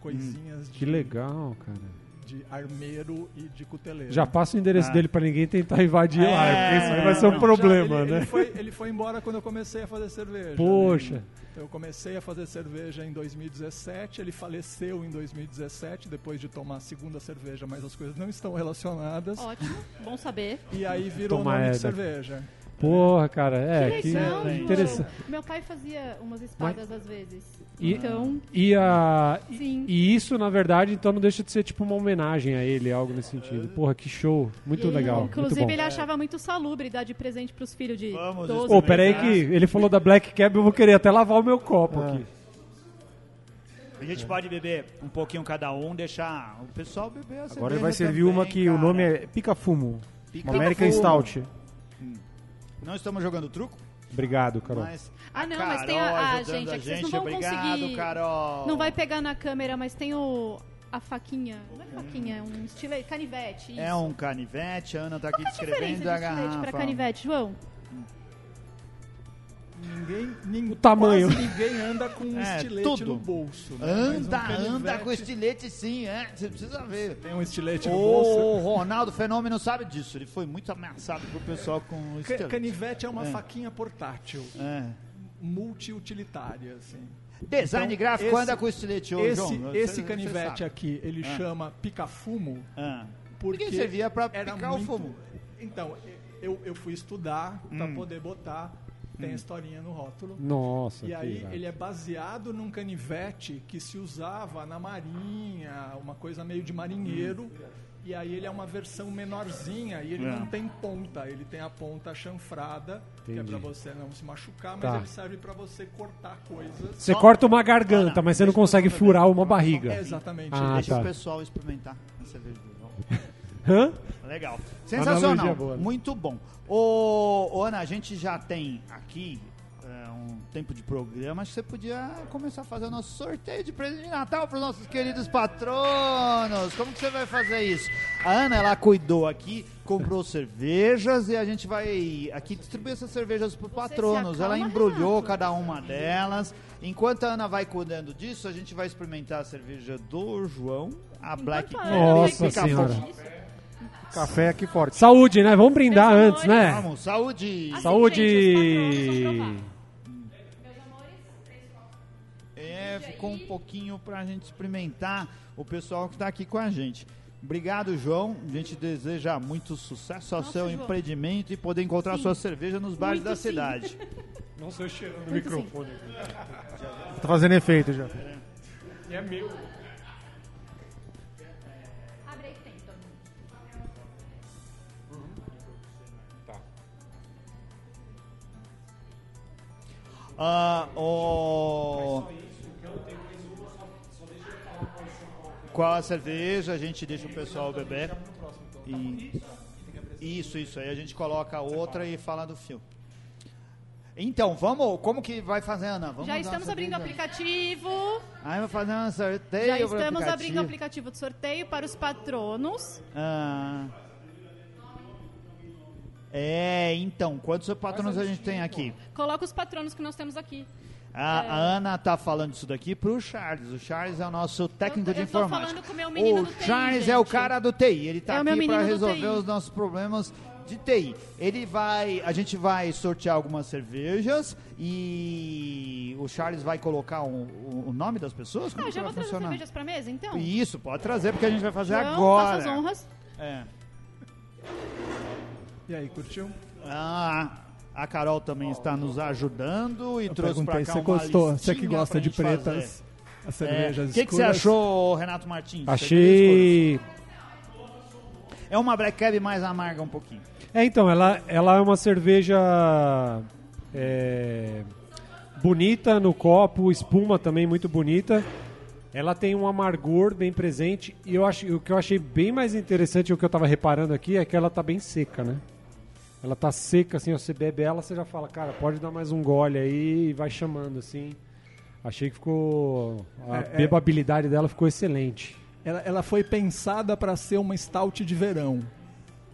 Speaker 5: coisinhas
Speaker 3: Que
Speaker 5: de,
Speaker 3: legal, cara.
Speaker 5: de armeiro e de cuteleiro.
Speaker 3: Já passa o endereço
Speaker 1: Ah.
Speaker 3: dele pra ninguém tentar invadir lá,
Speaker 1: É,
Speaker 3: porque isso aí vai ser um
Speaker 1: não,
Speaker 3: problema,
Speaker 5: Já, ele,
Speaker 3: né?
Speaker 5: Ele foi, ele foi embora quando eu comecei a fazer cerveja. né?
Speaker 3: Poxa.
Speaker 5: Eu comecei a fazer cerveja em 2017, ele faleceu em 2017, depois de tomar a segunda cerveja, mas as coisas não estão relacionadas.
Speaker 2: Ótimo, bom saber.
Speaker 5: E aí virou
Speaker 3: Tomar
Speaker 5: nome
Speaker 3: é da-
Speaker 5: de cerveja.
Speaker 3: Porra, cara, é.
Speaker 2: que
Speaker 3: Que
Speaker 2: legal, João.
Speaker 3: interessante.
Speaker 2: Meu pai fazia umas espadas às vezes.
Speaker 3: E-
Speaker 2: Então,
Speaker 3: E, a,
Speaker 2: sim.
Speaker 3: e isso, na verdade, então não deixa de ser tipo uma homenagem a ele, algo nesse sentido. Porra, que show. Muito
Speaker 2: Ele-
Speaker 3: legal.
Speaker 2: Inclusive,
Speaker 3: muito bom.
Speaker 2: ele é achava muito salubre dar de presente pros filhos de
Speaker 1: Vamos
Speaker 2: 12.
Speaker 3: Ô, peraí que ele falou da Black Cab, eu vou querer até lavar o meu copo aqui.
Speaker 1: A gente pode beber um pouquinho cada um, deixar o pessoal beber a cerveja
Speaker 7: Agora ele vai servir uma que o nome é pica fumo. Uma é American
Speaker 1: fogo.
Speaker 7: Stout.
Speaker 1: Não estamos jogando truco,
Speaker 3: Obrigado, Carol.
Speaker 1: mas.
Speaker 2: Ah,
Speaker 1: a
Speaker 2: não, mas tem a-
Speaker 1: Carol
Speaker 2: ah,
Speaker 1: ajudando
Speaker 2: gente,
Speaker 1: a
Speaker 2: é que vocês não vão
Speaker 1: Obrigado,
Speaker 2: conseguir-
Speaker 1: Carol.
Speaker 2: Não vai pegar na câmera, mas tem o a faquinha. Não é faquinha, é um estilete, canivete.
Speaker 1: É
Speaker 2: isso.
Speaker 1: um canivete, a Ana tá aqui
Speaker 2: Qual que é a diferença
Speaker 1: descrevendo
Speaker 2: de
Speaker 1: a
Speaker 2: estilete
Speaker 1: garrafa.
Speaker 2: para canivete, João?
Speaker 5: Ninguém, nin-
Speaker 3: O tamanho.
Speaker 5: quase ninguém anda com um
Speaker 1: É,
Speaker 5: estilete
Speaker 1: tudo.
Speaker 5: no bolso. né? Mas um
Speaker 1: Anda, anda
Speaker 5: canivete-
Speaker 1: com estilete sim, é, você precisa ver.
Speaker 5: Tem um estilete no bolso.
Speaker 1: O Ronaldo Fenômeno sabe disso, ele foi muito ameaçado pro pessoal com
Speaker 5: Ca-
Speaker 1: estilete.
Speaker 5: Canivete é uma
Speaker 1: É.
Speaker 5: faquinha portátil,
Speaker 1: É.
Speaker 5: multiutilitária, assim.
Speaker 1: Design
Speaker 5: Então,
Speaker 1: gráfico
Speaker 5: esse-
Speaker 1: anda com estilete, ô
Speaker 5: esse
Speaker 1: João.
Speaker 5: esse
Speaker 1: você- você
Speaker 5: canivete
Speaker 1: sabe.
Speaker 5: aqui, ele chama pica-fumo
Speaker 1: Ah.
Speaker 5: porque
Speaker 1: Porque servia pra
Speaker 5: era
Speaker 1: picar o
Speaker 5: muito-
Speaker 1: fumo. Hum.
Speaker 5: Então, eu, eu fui estudar pra poder botar, tem a historinha no rótulo.
Speaker 3: Nossa,
Speaker 5: E
Speaker 3: que
Speaker 5: aí
Speaker 3: irado.
Speaker 5: ele é baseado num canivete que se usava na marinha, uma coisa meio de marinheiro. E aí ele é uma versão menorzinha e ele
Speaker 1: Hum. É.
Speaker 5: não tem ponta, ele tem a ponta chanfrada, que é
Speaker 3: Entendi.
Speaker 5: pra você não se machucar, mas
Speaker 3: Tá.
Speaker 5: ele serve pra você cortar coisas.
Speaker 3: Você corta uma garganta,
Speaker 1: Não,
Speaker 3: mas você não
Speaker 1: deixa eu
Speaker 3: consegue
Speaker 1: ver.
Speaker 3: furar uma
Speaker 5: É
Speaker 3: barriga.
Speaker 5: exatamente.
Speaker 3: Ah,
Speaker 5: isso.
Speaker 1: Deixa o
Speaker 3: tá.
Speaker 1: pessoal experimentar a cerveja do João.
Speaker 3: Hã?
Speaker 1: Legal.
Speaker 3: Analogia
Speaker 1: Sensacional.
Speaker 3: boa, né?
Speaker 1: Muito bom. Ô, ô, Ana, a gente já tem aqui é, um tempo de programa. Acho que você podia começar a fazer o nosso sorteio de presente de Natal para os nossos queridos patronos. Como que você vai fazer isso? A Ana, ela cuidou aqui, comprou cervejas e a gente vai aqui distribuir essas cervejas para patronos.
Speaker 2: se acalma,
Speaker 1: Ela embrulhou
Speaker 2: Renato.
Speaker 1: cada uma delas. Enquanto a Ana vai cuidando disso, a gente vai experimentar a cerveja do João, a
Speaker 2: Então
Speaker 1: Black
Speaker 2: Enquanto a
Speaker 1: Cat,
Speaker 2: Ana
Speaker 3: Nossa
Speaker 2: vai explicar
Speaker 3: Senhora.
Speaker 2: sobre isso,
Speaker 7: Café aqui forte.
Speaker 3: Saúde, né? Vamos brindar
Speaker 2: Meus
Speaker 3: antes, né?
Speaker 1: Vamos, saúde!
Speaker 2: Assim, gente, os patronos
Speaker 3: Saúde!
Speaker 2: vão provar.
Speaker 1: É, ficou um pouquinho pra gente experimentar o pessoal que tá aqui com a gente. Obrigado, João. A gente deseja muito sucesso ao
Speaker 2: Nossa,
Speaker 1: seu
Speaker 2: João.
Speaker 1: empreendimento e poder encontrar
Speaker 2: Sim.
Speaker 1: sua cerveja nos bares
Speaker 2: Muito
Speaker 1: da
Speaker 2: sim.
Speaker 1: cidade.
Speaker 3: Nossa, eu cheirando o
Speaker 2: Muito sim.
Speaker 7: Tá fazendo efeito já.
Speaker 3: É meu.
Speaker 2: Abre aí que tem, todo mundo.
Speaker 1: Ah, o... Qual a cerveja? A gente deixa o pessoal beber. E... Isso, isso. Aí a gente coloca outra e fala do filme. Então, vamos. Como que vai fazer, Ana? Vamos
Speaker 2: Já
Speaker 1: dar
Speaker 2: estamos
Speaker 1: uma
Speaker 2: abrindo o
Speaker 1: cerveja?
Speaker 2: aplicativo.
Speaker 1: Aí vai fazer um sorteio.
Speaker 2: Já
Speaker 1: pro
Speaker 2: estamos abrindo o
Speaker 1: aplicativo.
Speaker 2: aplicativo de sorteio para os patronos.
Speaker 1: Ah. É, então, quantos patronos a gente tem aqui?
Speaker 2: Coloca os patronos que nós temos aqui.
Speaker 1: A, a Ana tá falando isso daqui pro Charles. O Charles é o nosso técnico
Speaker 2: É. Eu-
Speaker 1: de
Speaker 2: eu tô
Speaker 1: informática.
Speaker 2: falando com o meu menino
Speaker 1: o
Speaker 2: do TI,
Speaker 1: Charles é o
Speaker 2: gente.
Speaker 1: cara do TI. Ele tá
Speaker 2: É o meu
Speaker 1: aqui para
Speaker 2: menino do
Speaker 1: resolver
Speaker 2: TI.
Speaker 1: os nossos problemas de TI. Ele vai, a gente vai sortear algumas cervejas e o Charles vai colocar um- o, o nome das pessoas. Como
Speaker 2: Ah,
Speaker 1: que
Speaker 2: já
Speaker 1: vai
Speaker 2: vou trazer as
Speaker 1: funcionar?
Speaker 2: cervejas para mesa, então?
Speaker 1: Isso, pode trazer porque a gente vai fazer
Speaker 2: João,
Speaker 1: agora.
Speaker 2: Faça um as honras.
Speaker 1: É.
Speaker 5: E aí, curtiu?
Speaker 1: Ah, a Carol também está nos ajudando e
Speaker 5: Eu
Speaker 1: trouxe pra
Speaker 5: perguntei,
Speaker 1: cá
Speaker 5: você
Speaker 1: uma
Speaker 5: gostou? Você
Speaker 1: listinha
Speaker 5: que gosta
Speaker 1: pra
Speaker 5: de
Speaker 1: gente
Speaker 5: pretas,
Speaker 1: fazer.
Speaker 5: as
Speaker 1: É,
Speaker 5: cervejas
Speaker 1: O que, que você
Speaker 5: escuras?
Speaker 1: achou, Renato Martins? Cerveja
Speaker 3: Achei.
Speaker 1: escura. É uma Black Cab mais amarga um pouquinho.
Speaker 3: É, então, ela, ela é uma cerveja é, bonita no copo, espuma também muito bonita. Ela tem um amargor bem presente e eu acho, o que eu achei bem mais interessante, o que eu tava reparando aqui, é que ela tá bem seca, né? Ela tá seca, assim, ó, você bebe ela, você já fala, cara, pode dar mais um gole aí e vai chamando, assim. Achei que ficou...
Speaker 5: É,
Speaker 3: A
Speaker 5: é.
Speaker 3: bebabilidade dela ficou excelente.
Speaker 5: Ela, ela foi pensada para ser uma stout de verão.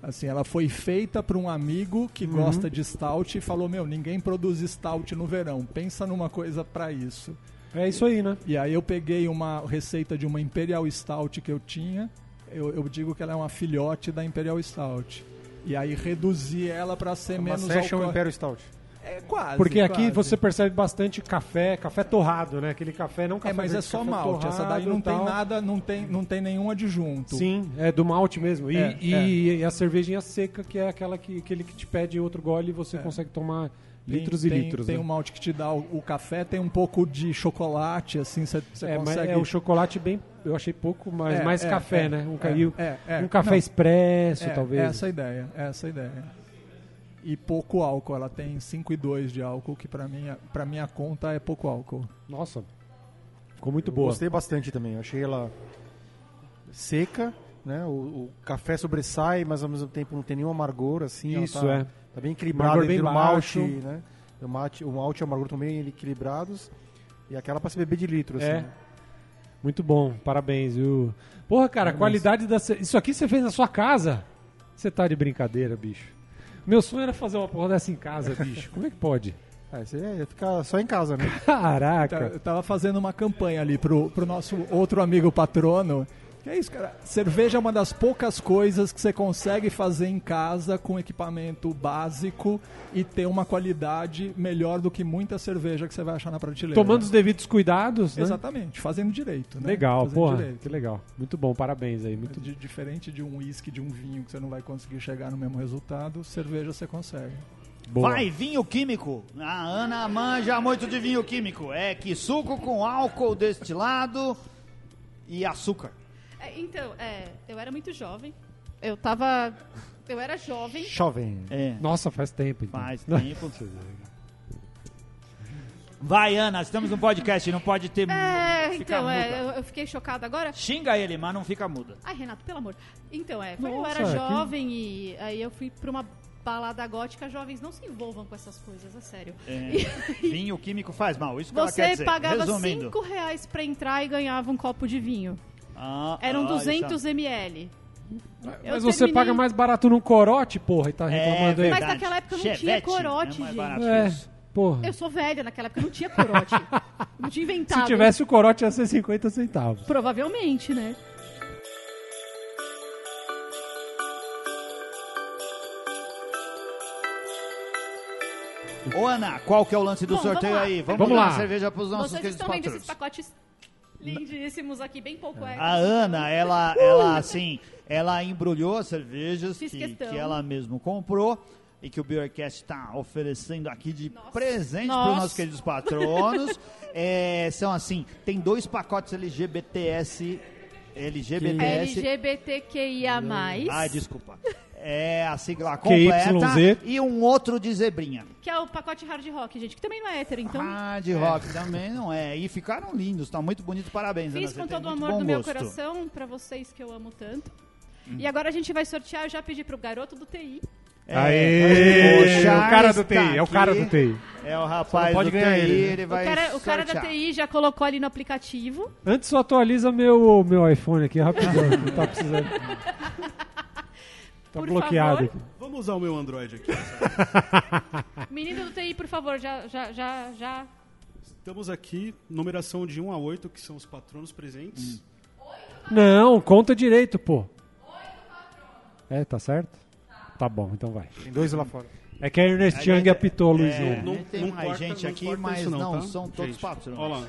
Speaker 5: Assim, ela foi feita para um amigo
Speaker 1: Uhum.
Speaker 5: que gosta de stout e falou: "Meu, ninguém produz stout no verão. Pensa numa coisa para isso".
Speaker 3: É isso aí, né?
Speaker 5: E aí eu peguei uma receita de uma Imperial Stout que eu tinha. Eu, eu digo que ela é uma filhote da Imperial Stout. E aí reduzi ela para ser
Speaker 1: É
Speaker 7: Uma
Speaker 5: menos
Speaker 7: Session
Speaker 5: alcoó-
Speaker 7: Imperial Stout.
Speaker 5: É quase.
Speaker 3: Porque aqui
Speaker 5: quase.
Speaker 3: você percebe bastante café, café torrado, né? Aquele café não café
Speaker 5: É, mas é
Speaker 3: verde,
Speaker 5: só
Speaker 3: café
Speaker 5: malte. Essa daí
Speaker 3: torrado
Speaker 5: não
Speaker 3: e tal.
Speaker 5: tem nada, não tem, não tem nenhum adjunto.
Speaker 3: Sim, é do malte mesmo. E,
Speaker 5: É,
Speaker 3: e-
Speaker 5: é.
Speaker 3: e a cervejinha seca, que é aquela que, aquele que te pede outro gole e você consegue tomar
Speaker 5: É. Tem-
Speaker 3: litros e
Speaker 5: tem,
Speaker 3: litros.
Speaker 5: Tem
Speaker 3: né?
Speaker 5: um malte que te dá o, o café, tem um pouco de chocolate, assim, você
Speaker 3: É, mas
Speaker 5: consegue...
Speaker 3: é o chocolate bem. Eu achei pouco, mas
Speaker 5: É,
Speaker 3: mais
Speaker 5: é,
Speaker 3: café,
Speaker 5: é,
Speaker 3: né? Um,
Speaker 5: é,
Speaker 3: ca- e o-
Speaker 5: é, é.
Speaker 3: um café
Speaker 5: Não.
Speaker 3: expresso,
Speaker 5: É,
Speaker 3: talvez.
Speaker 5: Essa a ideia, essa a ideia. E pouco álcool, ela tem 5,2 de álcool, que pra minha, pra minha conta é pouco álcool.
Speaker 3: Nossa. Ficou muito boa.
Speaker 7: Gostei bastante também. Achei ela seca, né? O, o café sobressai, mas ao mesmo tempo não tem nenhum amargor, assim. ela
Speaker 3: Isso,
Speaker 7: tá,
Speaker 3: é.
Speaker 7: Tá bem equilibrado
Speaker 3: Amargor
Speaker 7: entre
Speaker 3: bem
Speaker 7: o malte,
Speaker 3: baixo.
Speaker 7: né? O, mate, o malte e o amargor também equilibrados. E aquela pra se beber de litro, assim.
Speaker 3: É. Muito bom, parabéns, viu? Porra, cara, a qualidade da. ce- Isso aqui você fez na sua casa? Você tá de brincadeira, bicho. Meu sonho era fazer uma porra dessa em casa, bicho. Como é que pode?
Speaker 7: Ah, você ia ficar só em casa, né?
Speaker 5: Tá-
Speaker 3: Caraca!
Speaker 5: Eu tava fazendo uma campanha ali pro, pro nosso outro amigo patrono. Que é isso, cara. Cerveja é uma das poucas coisas que você consegue fazer em casa com equipamento básico e ter uma qualidade melhor do que muita cerveja que você vai achar na prateleira.
Speaker 3: Tomando os devidos cuidados, né?
Speaker 5: Exatamente, fazendo direito, né?
Speaker 3: Legal,
Speaker 5: fazendo
Speaker 3: porra,
Speaker 5: direito.
Speaker 3: que legal. Muito bom, parabéns aí. Muito...
Speaker 5: Di- diferente de um uísque, de um vinho que você não vai conseguir chegar no mesmo resultado, cerveja você consegue.
Speaker 3: Boa.
Speaker 1: Vai, vinho químico. A Ana manja muito de vinho químico. É que suco com álcool destilado e açúcar.
Speaker 2: É, então, é, eu era muito jovem. Eu tava. Eu era jovem.
Speaker 7: Jovem.
Speaker 1: É,
Speaker 3: Nossa, faz tempo. Então.
Speaker 1: faz tempo. Vai, Ana, estamos num podcast, não pode ter. ficar
Speaker 2: É, então, é,
Speaker 1: muda.
Speaker 2: eu, eu fiquei chocada agora.
Speaker 1: Xinga ele, mas não fica muda.
Speaker 2: Ai, Renato, pelo amor. Então, é, foi, eu
Speaker 3: Nossa,
Speaker 2: era
Speaker 3: que-
Speaker 2: jovem e aí eu fui pra uma balada gótica. Jovens, não se envolvam com essas coisas, é sério.
Speaker 1: Vinho químico faz mal, isso que ela Então, quer
Speaker 2: Você
Speaker 1: dizer.
Speaker 2: pagava
Speaker 1: Resumindo.
Speaker 2: 5 reais pra entrar e ganhava um copo de vinho.
Speaker 1: Ah,
Speaker 2: Eram
Speaker 1: olha só.
Speaker 2: 200 ml. Eu
Speaker 3: Mas você
Speaker 2: terminei-
Speaker 3: paga mais barato num corote, porra, e tá
Speaker 1: É
Speaker 3: reclamando aí.
Speaker 1: verdade.
Speaker 2: Mas naquela época não tinha
Speaker 1: Chevette,
Speaker 2: corote,
Speaker 1: né, mais
Speaker 2: gente.
Speaker 1: barato que
Speaker 3: É,
Speaker 1: isso.
Speaker 3: porra.
Speaker 2: Eu sou velha naquela época, não tinha corote. não tinha inventado.
Speaker 3: Se tivesse o corote, ia ser 50 centavos.
Speaker 2: Provavelmente, né?
Speaker 1: Ô, Ana, qual que é o lance do
Speaker 2: Bom,
Speaker 1: sorteio
Speaker 2: vamos lá.
Speaker 1: aí? Vamos,
Speaker 3: Vamos
Speaker 1: dar
Speaker 3: lá.
Speaker 1: uma cerveja pros nossos
Speaker 2: Vocês
Speaker 1: queridos
Speaker 2: estão vendo esses
Speaker 1: patrões.
Speaker 2: pacotes lindíssimos aqui, bem pouco é.
Speaker 1: Ah, A Ana, ela, ela assim, ela embrulhou as cervejas
Speaker 2: Uh! Fiz
Speaker 1: que,
Speaker 2: questão.
Speaker 1: que ela mesmo comprou e que o Beercast está oferecendo aqui de
Speaker 2: Nossa.
Speaker 1: presente para os
Speaker 2: Nossa.
Speaker 1: nossos queridos patronos. É, são assim, tem dois pacotes LGBTS, LGBTS.
Speaker 2: LGBTQIA+.
Speaker 1: Ai, Ah, desculpa. É a sigla
Speaker 3: QYZ.
Speaker 1: completa e um outro de zebrinha.
Speaker 2: Que é o pacote hard rock, gente, que também não é hétero, então...
Speaker 1: ah, de rock também não é. E ficaram lindos, tá muito bonito, parabéns, Ana.
Speaker 2: Fiz
Speaker 1: você
Speaker 2: com
Speaker 1: tem
Speaker 2: todo o
Speaker 1: muito
Speaker 2: amor
Speaker 1: bom
Speaker 2: do meu
Speaker 1: gosto. Hum.
Speaker 2: coração pra vocês que eu amo tanto. E agora a gente vai sortear, eu já pedi pro garoto do TI.
Speaker 1: É,
Speaker 3: Aê!
Speaker 1: poxa,
Speaker 3: o cara do
Speaker 1: está
Speaker 3: TI, é o cara
Speaker 1: tá aqui.
Speaker 3: do TI.
Speaker 1: É o rapaz
Speaker 7: pode
Speaker 1: do TI,
Speaker 7: ganhar
Speaker 1: ele,
Speaker 7: ele, né?
Speaker 1: vai
Speaker 2: o cara, o cara da
Speaker 1: sortear.
Speaker 2: TI já colocou ali no aplicativo.
Speaker 3: Antes só atualiza meu, meu iPhone aqui rapidão, que tá precisando. Tá
Speaker 2: Por
Speaker 3: bloqueado
Speaker 2: favor.
Speaker 3: aqui.
Speaker 9: Vamos usar o meu Android aqui.
Speaker 1: Ah.
Speaker 2: Menino do TI, por favor, já, já, já, já.
Speaker 9: Estamos aqui, numeração de 1 a 8, que são os patronos
Speaker 1: Hum.
Speaker 9: presentes.
Speaker 3: Não, conta direito, pô. É, tá certo? Tá bom, então vai.
Speaker 7: Tem dois lá fora.
Speaker 3: É que a Ernest Young apitou, Luizinho.
Speaker 1: É,
Speaker 9: Não-
Speaker 1: tem
Speaker 9: não
Speaker 1: mais
Speaker 9: corta-
Speaker 1: gente
Speaker 9: não
Speaker 1: aqui,
Speaker 9: corta
Speaker 1: mas
Speaker 9: isso
Speaker 1: não,
Speaker 9: tá?
Speaker 1: são todos
Speaker 9: Gente,
Speaker 1: patronos.
Speaker 9: Olha lá.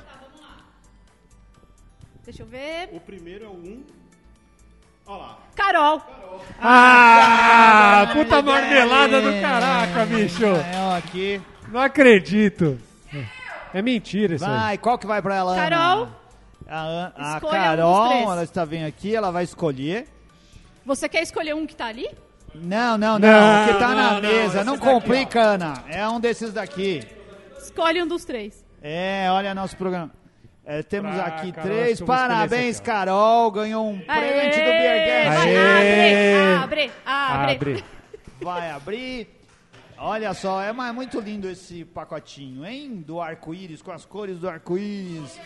Speaker 2: Deixa eu ver.
Speaker 9: O primeiro é o 1. Olha lá.
Speaker 2: Carol!
Speaker 3: Ah, puta marmelada do caraca, bicho.
Speaker 1: Ganhou aqui.
Speaker 3: Não acredito. É mentira isso aí.
Speaker 1: Vai, qual que vai pra ela? Ana?
Speaker 2: Carol.
Speaker 1: A, An- a
Speaker 2: Escolha um dos três.
Speaker 1: Carol, ela está vindo aqui, ela vai escolher.
Speaker 2: Você quer escolher um que tá ali?
Speaker 1: Não, não, não,
Speaker 3: Não,
Speaker 1: o que tá na
Speaker 9: não,
Speaker 1: mesa,
Speaker 9: esse
Speaker 1: não
Speaker 9: daqui,
Speaker 1: complica, Ana. É um desses daqui.
Speaker 2: Escolhe um dos três.
Speaker 1: É, olha nosso programa. É, temos
Speaker 3: Ah,
Speaker 1: aqui
Speaker 3: Carol, acho
Speaker 1: três.
Speaker 3: que eu vou escolher
Speaker 1: Parabéns,
Speaker 3: esse aqui,
Speaker 1: Carol. Ganhou um print do Beer Guest.
Speaker 2: Vai,
Speaker 3: Aê!
Speaker 2: Abre, abre, abre.
Speaker 3: Abre.
Speaker 1: Vai abrir. Olha só, é ma- muito lindo esse pacotinho, hein? Do arco-íris, com as cores do arco-íris.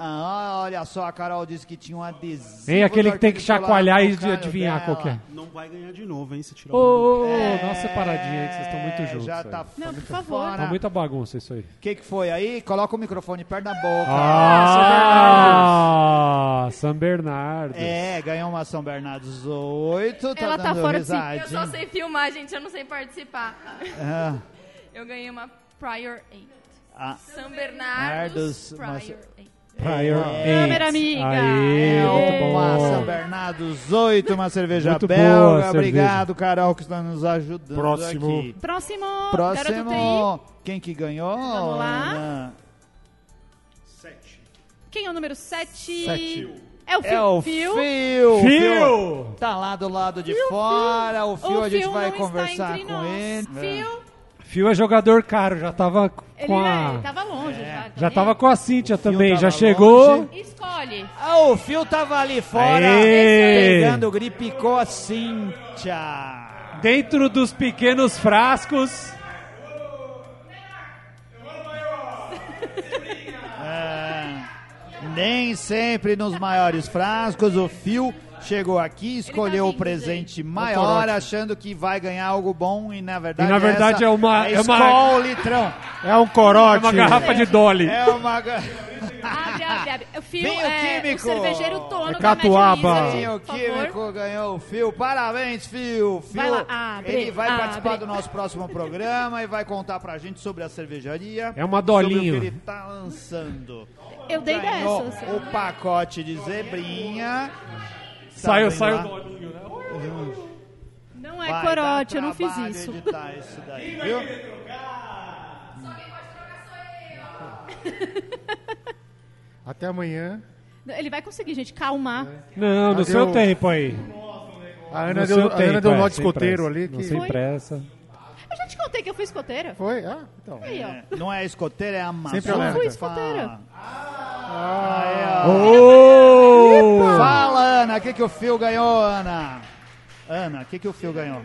Speaker 1: Ah, olha só, a Carol disse que tinha um adesivo.
Speaker 3: Vem aquele
Speaker 1: do
Speaker 3: que tem que
Speaker 1: arco-íris colado
Speaker 3: chacoalhar e
Speaker 1: no calho
Speaker 3: adivinhar
Speaker 1: dela.
Speaker 3: qual que é.
Speaker 9: Não vai ganhar de novo, hein, se tirar
Speaker 3: Ô,
Speaker 9: o
Speaker 3: ô, ô,
Speaker 1: É,
Speaker 3: nossa paradinha aí que vocês estão muito juntos.
Speaker 1: Já
Speaker 3: aí.
Speaker 1: tá,
Speaker 2: Não, por favor.
Speaker 3: Tá muita bagunça isso aí.
Speaker 1: O que, que foi aí? Coloca o microfone perto da boca.
Speaker 3: Ah, São Bernardo.
Speaker 1: É, ganhou uma São Bernardos 8. Tá
Speaker 10: Ela tá
Speaker 1: dando
Speaker 10: fora de si.
Speaker 1: risadinha.
Speaker 10: Eu só sei filmar, gente, eu não sei participar.
Speaker 1: Ah.
Speaker 10: Eu ganhei uma Prior 8.
Speaker 1: Ah.
Speaker 10: São Bernardos,
Speaker 1: Bernardos,
Speaker 10: Prior 8.
Speaker 3: Prior
Speaker 1: É.
Speaker 3: Aids.
Speaker 2: Câmera, amiga.
Speaker 3: Aê,
Speaker 1: É
Speaker 3: muito
Speaker 1: uma
Speaker 3: bom.
Speaker 1: São Bernardos 8, uma cerveja
Speaker 3: Muito boa a
Speaker 1: belga.
Speaker 3: cerveja.
Speaker 1: Obrigado, Carol, que está nos ajudando
Speaker 7: Próximo.
Speaker 1: aqui.
Speaker 2: Próximo, garoto TI.
Speaker 1: Próximo. Quem que ganhou?
Speaker 2: Vamos lá.
Speaker 1: Ana?
Speaker 9: 7.
Speaker 2: Quem é o número 7?
Speaker 1: Sete.
Speaker 2: É o Fio.
Speaker 1: É o Fio.
Speaker 2: Fio.
Speaker 1: Fio.
Speaker 3: Fio.
Speaker 1: Tá lá do lado de fora. O Fio,
Speaker 2: O
Speaker 1: a gente
Speaker 2: Fio
Speaker 1: vai
Speaker 2: não está
Speaker 1: conversar
Speaker 2: entre
Speaker 1: com
Speaker 2: nós.
Speaker 1: ele.
Speaker 2: Fio,
Speaker 3: Fio é jogador caro, já tava
Speaker 2: ele
Speaker 3: com
Speaker 2: é,
Speaker 3: a.
Speaker 2: tava longe já. tá
Speaker 3: Já
Speaker 1: É.
Speaker 2: vendo?
Speaker 3: tava com a Cíntia
Speaker 1: Fio
Speaker 3: também, já
Speaker 1: tava
Speaker 3: chegou.
Speaker 1: longe.
Speaker 2: Escolhe.
Speaker 10: Olhe,
Speaker 1: Ah, o Phil tava ali fora,
Speaker 3: Aê!
Speaker 1: pegando gripe com a Cíntia.
Speaker 3: Dentro dos pequenos frascos.
Speaker 1: Nem sempre nos maiores frascos, o Phil chegou aqui, escolheu o
Speaker 10: vindo,
Speaker 1: presente maior, achando que vai ganhar algo bom e na verdade,
Speaker 3: E, na verdade,
Speaker 1: essa
Speaker 3: é uma-
Speaker 1: é
Speaker 3: é uma-
Speaker 1: Skol litrão.
Speaker 7: É um corote.
Speaker 3: É uma garrafa de Dolly.
Speaker 1: É uma ga-
Speaker 10: abre, abre, abre. O fio
Speaker 1: Vinho
Speaker 10: é
Speaker 1: químico.
Speaker 10: o cervejeiro
Speaker 7: É
Speaker 10: dono da
Speaker 7: catuaba.
Speaker 10: Mad Wizard,
Speaker 1: Sim, o
Speaker 10: por favor.
Speaker 1: Químico ganhou o Fio. Parabéns, Fio. Fio
Speaker 10: Vai lá, abre,
Speaker 1: ele vai
Speaker 10: abre.
Speaker 1: participar do nosso próximo programa e vai contar pra gente sobre a cervejaria.
Speaker 3: É uma
Speaker 1: Sobre
Speaker 3: dolinho.
Speaker 1: o que ele tá lançando.
Speaker 2: Eu dei
Speaker 1: Ganhou
Speaker 2: dessas.
Speaker 1: o pacote de zebrinha.
Speaker 3: Saiu,
Speaker 1: Tá vendo
Speaker 3: saiu
Speaker 1: lá?
Speaker 3: Dolinho, né?
Speaker 2: Não é
Speaker 1: Vai dar
Speaker 2: corote, eu não fiz
Speaker 1: trabalho
Speaker 2: isso.
Speaker 1: editar isso daí, viu?
Speaker 7: Até amanhã.
Speaker 2: Ele vai conseguir, gente, calmar.
Speaker 3: Não, no
Speaker 7: Cadê
Speaker 3: seu
Speaker 7: o-
Speaker 3: tempo aí.
Speaker 7: A
Speaker 3: No
Speaker 7: Ana deu,
Speaker 3: seu
Speaker 7: a Ana deu um
Speaker 3: é,
Speaker 7: nó de
Speaker 3: sem
Speaker 7: escoteiro
Speaker 3: pressa.
Speaker 7: ali.
Speaker 3: Não
Speaker 7: Que...
Speaker 3: sem
Speaker 2: Foi?
Speaker 3: pressa.
Speaker 2: Eu já te contei que eu fui escoteira.
Speaker 7: Foi? Ah, então.
Speaker 2: Aí, ó.
Speaker 1: É, Não é escoteira, é amazônica.
Speaker 7: Sempre alerta.
Speaker 2: Fui escoteira.
Speaker 1: Fala, Ana. O que, que o Fio ganhou, Ana? Ana, o que, que o Fio ganhou?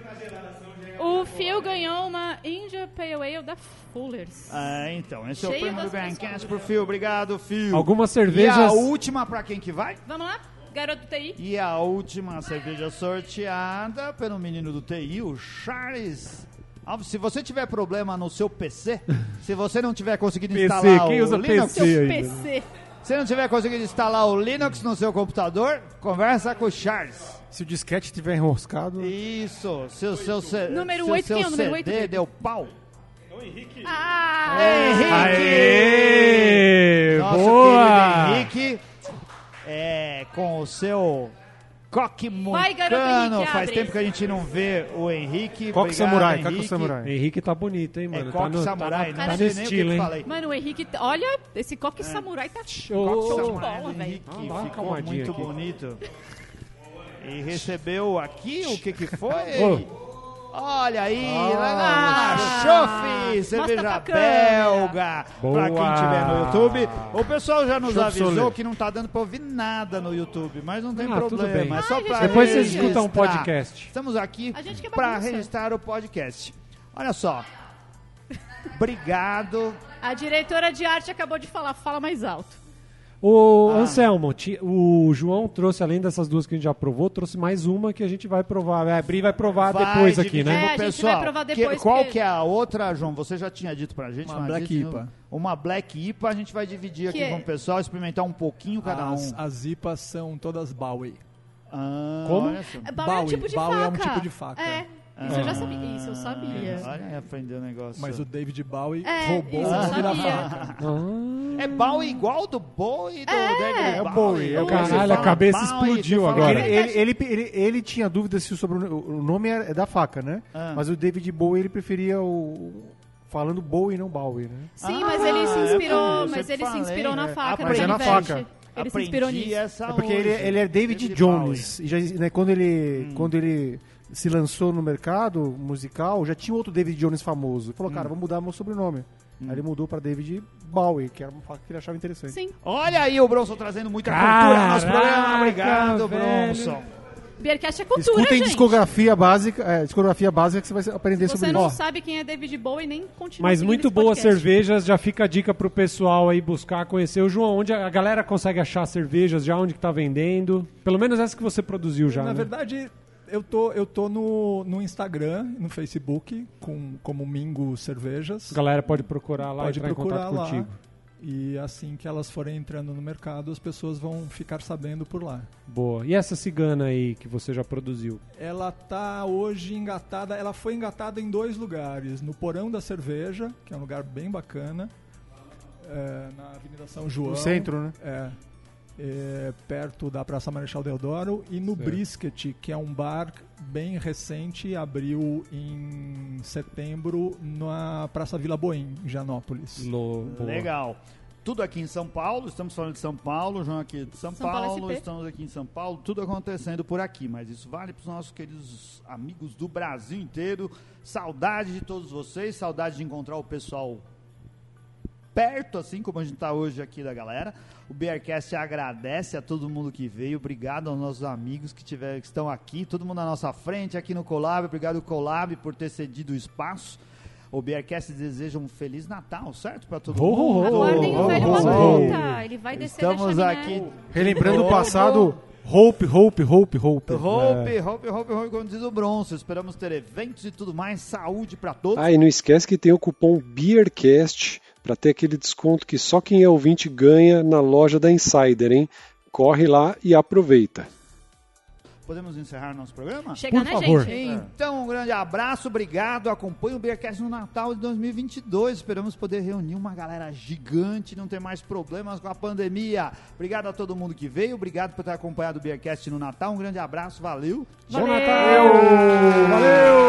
Speaker 2: O Phil ganhou uma India Pale Ale da Fullers.
Speaker 1: Ah, então, esse é o
Speaker 2: Cheio
Speaker 1: prêmio do
Speaker 2: das
Speaker 1: Grandcast
Speaker 2: pessoas.
Speaker 1: pro Fio. Obrigado, Fio. E
Speaker 3: Algumas
Speaker 1: a
Speaker 3: cervejas.
Speaker 1: última pra quem que vai?
Speaker 2: Vamos lá, garoto do TI.
Speaker 1: E a última cerveja sorteada pelo menino do TI, o Charles. Alves. Se você tiver problema no seu PC, se você não tiver conseguido
Speaker 3: PC,
Speaker 1: instalar
Speaker 3: quem
Speaker 1: o
Speaker 3: usa
Speaker 1: Linux,
Speaker 3: PC?
Speaker 2: Seu
Speaker 3: ainda.
Speaker 2: PC.
Speaker 1: se não tiver conseguido instalar o Linux no seu computador, conversa com o Charles.
Speaker 7: Se o disquete tiver enroscado.
Speaker 1: Isso, se o seu, se,
Speaker 2: Número
Speaker 1: se o
Speaker 2: oito,
Speaker 1: seu
Speaker 2: quem é o número
Speaker 1: CD
Speaker 2: oito, Pedro?
Speaker 1: deu pau.
Speaker 2: Ah,
Speaker 1: Henrique!
Speaker 3: Aê!
Speaker 1: Nosso
Speaker 3: Boa!
Speaker 1: querido Henrique, é, com o seu coque
Speaker 2: Vai, garoto
Speaker 1: moicano.
Speaker 2: Henrique,
Speaker 1: Faz
Speaker 2: abre.
Speaker 1: tempo que a gente não vê o Henrique.
Speaker 7: Coque
Speaker 1: Obrigado,
Speaker 7: samurai,
Speaker 1: Henrique.
Speaker 7: coque samurai.
Speaker 3: Henrique tá bonito, hein,
Speaker 1: É
Speaker 3: mano? tá
Speaker 1: coque
Speaker 3: no, tá
Speaker 1: samurai, não
Speaker 3: na- tá no
Speaker 1: sei nem o
Speaker 3: estilo,
Speaker 1: que
Speaker 3: hein?
Speaker 1: que falei.
Speaker 2: Mano, o Henrique, olha, esse coque samurai tá show,
Speaker 1: Coque
Speaker 2: show de
Speaker 1: samurai do
Speaker 2: bola, velho.
Speaker 1: Henrique,
Speaker 3: Dá uma
Speaker 1: ficou
Speaker 3: acalmadinha
Speaker 1: muito
Speaker 3: aqui.
Speaker 1: bonito. E recebeu aqui o que que foi?
Speaker 3: Ô.
Speaker 1: Olha aí,
Speaker 3: Ah,
Speaker 1: lá na
Speaker 3: tá
Speaker 1: Chofe, cerveja
Speaker 2: pra câmera.
Speaker 1: belga. Pra quem
Speaker 3: Boa.
Speaker 1: tiver no YouTube. O pessoal já nos
Speaker 7: Chopp
Speaker 1: avisou
Speaker 7: Soler.
Speaker 1: que não tá dando pra ouvir nada no YouTube, mas não tem
Speaker 3: Ah, tudo bem.
Speaker 1: problema. É só
Speaker 2: Ai,
Speaker 1: pra
Speaker 2: gente,
Speaker 3: Depois vocês
Speaker 1: registrar.
Speaker 3: escutam um podcast.
Speaker 1: Estamos aqui
Speaker 2: A gente que
Speaker 1: pra
Speaker 2: bagunça.
Speaker 1: registrar o podcast. Olha só. Obrigado.
Speaker 2: A diretora de arte acabou de falar, fala mais alto.
Speaker 3: Ô,
Speaker 1: Ah.
Speaker 3: Anselmo, ti- o João trouxe, além dessas duas que a gente já provou, trouxe mais uma que a gente vai provar. Vai abrir e vai provar
Speaker 1: Vai
Speaker 3: depois aqui,
Speaker 1: dividir
Speaker 2: É, a
Speaker 3: né?
Speaker 1: pro
Speaker 2: gente vai
Speaker 1: pessoal.
Speaker 2: provar
Speaker 1: Que-
Speaker 2: depois,
Speaker 1: qual
Speaker 2: porque-
Speaker 1: que é a outra, João? Você já tinha dito pra gente.
Speaker 5: Uma
Speaker 1: mas
Speaker 5: Black
Speaker 1: disse-
Speaker 5: IPA.
Speaker 1: Uma Black IPA. A gente vai dividir
Speaker 2: Que
Speaker 1: aqui
Speaker 2: é-
Speaker 1: com o pessoal, experimentar um pouquinho cada um.
Speaker 5: As, as IPAs são todas Bowie.
Speaker 1: Ah,
Speaker 3: Como?
Speaker 1: Olha só.
Speaker 2: Bauer é um
Speaker 5: Bowie.
Speaker 2: tipo de
Speaker 5: Bauer é um
Speaker 2: faca.
Speaker 5: tipo de faca.
Speaker 2: É, isso
Speaker 1: Ah.
Speaker 2: eu já sabia. Isso eu sabia.
Speaker 1: Olha aí, aprendeu o negócio.
Speaker 5: Mas o David Bowie
Speaker 2: É,
Speaker 5: roubou
Speaker 2: isso eu
Speaker 5: o
Speaker 2: sabia.
Speaker 5: vira-faca.
Speaker 1: É Bowie igual do Bowie do é,
Speaker 7: o Bowie, é o
Speaker 3: Caralho, a cabeça explodiu agora.
Speaker 7: Ele, ele, ele, ele, ele tinha dúvida se o, sobrenome, o nome é da faca, né?
Speaker 1: Ah.
Speaker 7: Mas o David Bowie, ele preferia o... Falando Bowie, não Bowie, né?
Speaker 2: Sim, mas ele se
Speaker 1: Ah,
Speaker 2: inspirou,
Speaker 1: eu
Speaker 2: mas
Speaker 1: sempre
Speaker 2: ele se
Speaker 1: falei,
Speaker 2: inspirou na
Speaker 1: né?
Speaker 2: faca,
Speaker 1: Aprendi
Speaker 2: no
Speaker 7: na
Speaker 2: canivete.
Speaker 7: faca.
Speaker 2: Ele se inspirou nisso.
Speaker 1: Essa
Speaker 7: É porque ele,
Speaker 1: hoje.
Speaker 7: ele é David, Jones. E já, né, quando, ele,
Speaker 2: Hum.
Speaker 7: quando ele se lançou no mercado musical, já tinha outro David Jones famoso. Ele Falou,
Speaker 2: Hum.
Speaker 7: cara, vou mudar meu sobrenome. Aí ele mudou pra David Bowie, que era uma faca que ele achava interessante.
Speaker 2: Sim.
Speaker 1: Bowie. Olha aí o Bronson trazendo muita cultura no nosso
Speaker 3: Caraca,
Speaker 1: programa. Obrigado,
Speaker 3: velho.
Speaker 1: Bronson.
Speaker 2: Beercast é cultura,
Speaker 7: Escutem
Speaker 2: gente.
Speaker 7: discografia básica, é, discografia básica que você vai aprender sobre
Speaker 2: Você não
Speaker 7: Ó,
Speaker 2: sabe quem é David Bowie nem continua
Speaker 3: Mas
Speaker 2: seguindo
Speaker 3: muito
Speaker 2: esse
Speaker 3: boas
Speaker 2: podcast.
Speaker 3: cervejas, já fica a dica pro pessoal aí buscar, conhecer. O João, onde a a galera consegue achar cervejas, já onde que tá vendendo? Pelo menos essa que você produziu já,
Speaker 5: Na
Speaker 3: né?
Speaker 5: verdade, eu tô, eu tô no, no Instagram, no Facebook, com, como Mingo Cervejas.
Speaker 3: A galera pode procurar lá e
Speaker 5: Pode
Speaker 3: entrar em
Speaker 5: procurar
Speaker 3: contato
Speaker 5: lá.
Speaker 3: contigo.
Speaker 5: E assim que elas forem entrando no mercado, as pessoas vão ficar sabendo por lá.
Speaker 3: Boa. E essa cigana aí que você já produziu?
Speaker 5: Ela tá hoje engatada, ela foi engatada em dois lugares, no Porão da Cerveja, que é um lugar bem bacana, é, na Avenida São João.
Speaker 7: no centro, né?
Speaker 5: É, é, perto da Praça Marechal Deodoro e no
Speaker 3: Certo.
Speaker 5: Brisket, que é um bar bem recente, abriu em setembro na Praça Vila Boim, em Janópolis.
Speaker 3: Lo- boa.
Speaker 1: Legal. Tudo aqui em São Paulo, estamos falando de São Paulo, João aqui de São,
Speaker 2: São
Speaker 1: Paulo,
Speaker 2: Paulo SP.
Speaker 1: estamos aqui em São Paulo, tudo acontecendo por aqui, mas isso vale para os nossos queridos amigos do Brasil inteiro. Saudade de todos vocês, saudade de encontrar o pessoal perto, assim como a gente está hoje aqui da galera. O Bearcast agradece a todo mundo que veio. Obrigado aos nossos amigos que, tiver, que estão aqui. Todo mundo na nossa frente, aqui no Colab. Obrigado, Colab, por ter cedido o espaço. O Bearcast deseja um Feliz Natal, certo? Para todo
Speaker 3: Oh,
Speaker 1: mundo.
Speaker 3: oh, oh,
Speaker 2: Aguardem o
Speaker 3: oh,
Speaker 2: um velho
Speaker 3: oh,
Speaker 2: Matuta. Ele vai descer
Speaker 1: Estamos
Speaker 2: da chaminé.
Speaker 1: aqui.
Speaker 7: Relembrando o passado, hope, hope, hope, hope.
Speaker 1: Hope, hope, hope, hope, como diz o Bronson. Esperamos ter eventos e tudo mais. Saúde para todos.
Speaker 4: Ah, e não esquece que tem o cupom BEERCAST para ter aquele desconto que só quem é ouvinte ganha na loja da Insider, hein? Corre lá e aproveita.
Speaker 1: Podemos encerrar nosso programa?
Speaker 2: Chega,
Speaker 3: Por
Speaker 2: né,
Speaker 3: favor.
Speaker 2: gente?
Speaker 1: Então, um grande abraço, obrigado. Acompanhe o Beercast no Natal de 2022. Esperamos poder reunir uma galera gigante, não ter mais problemas com a pandemia. Obrigado a todo mundo que veio, obrigado por ter acompanhado o Beercast no Natal. Um grande abraço, valeu.
Speaker 2: Valeu.
Speaker 3: Valeu!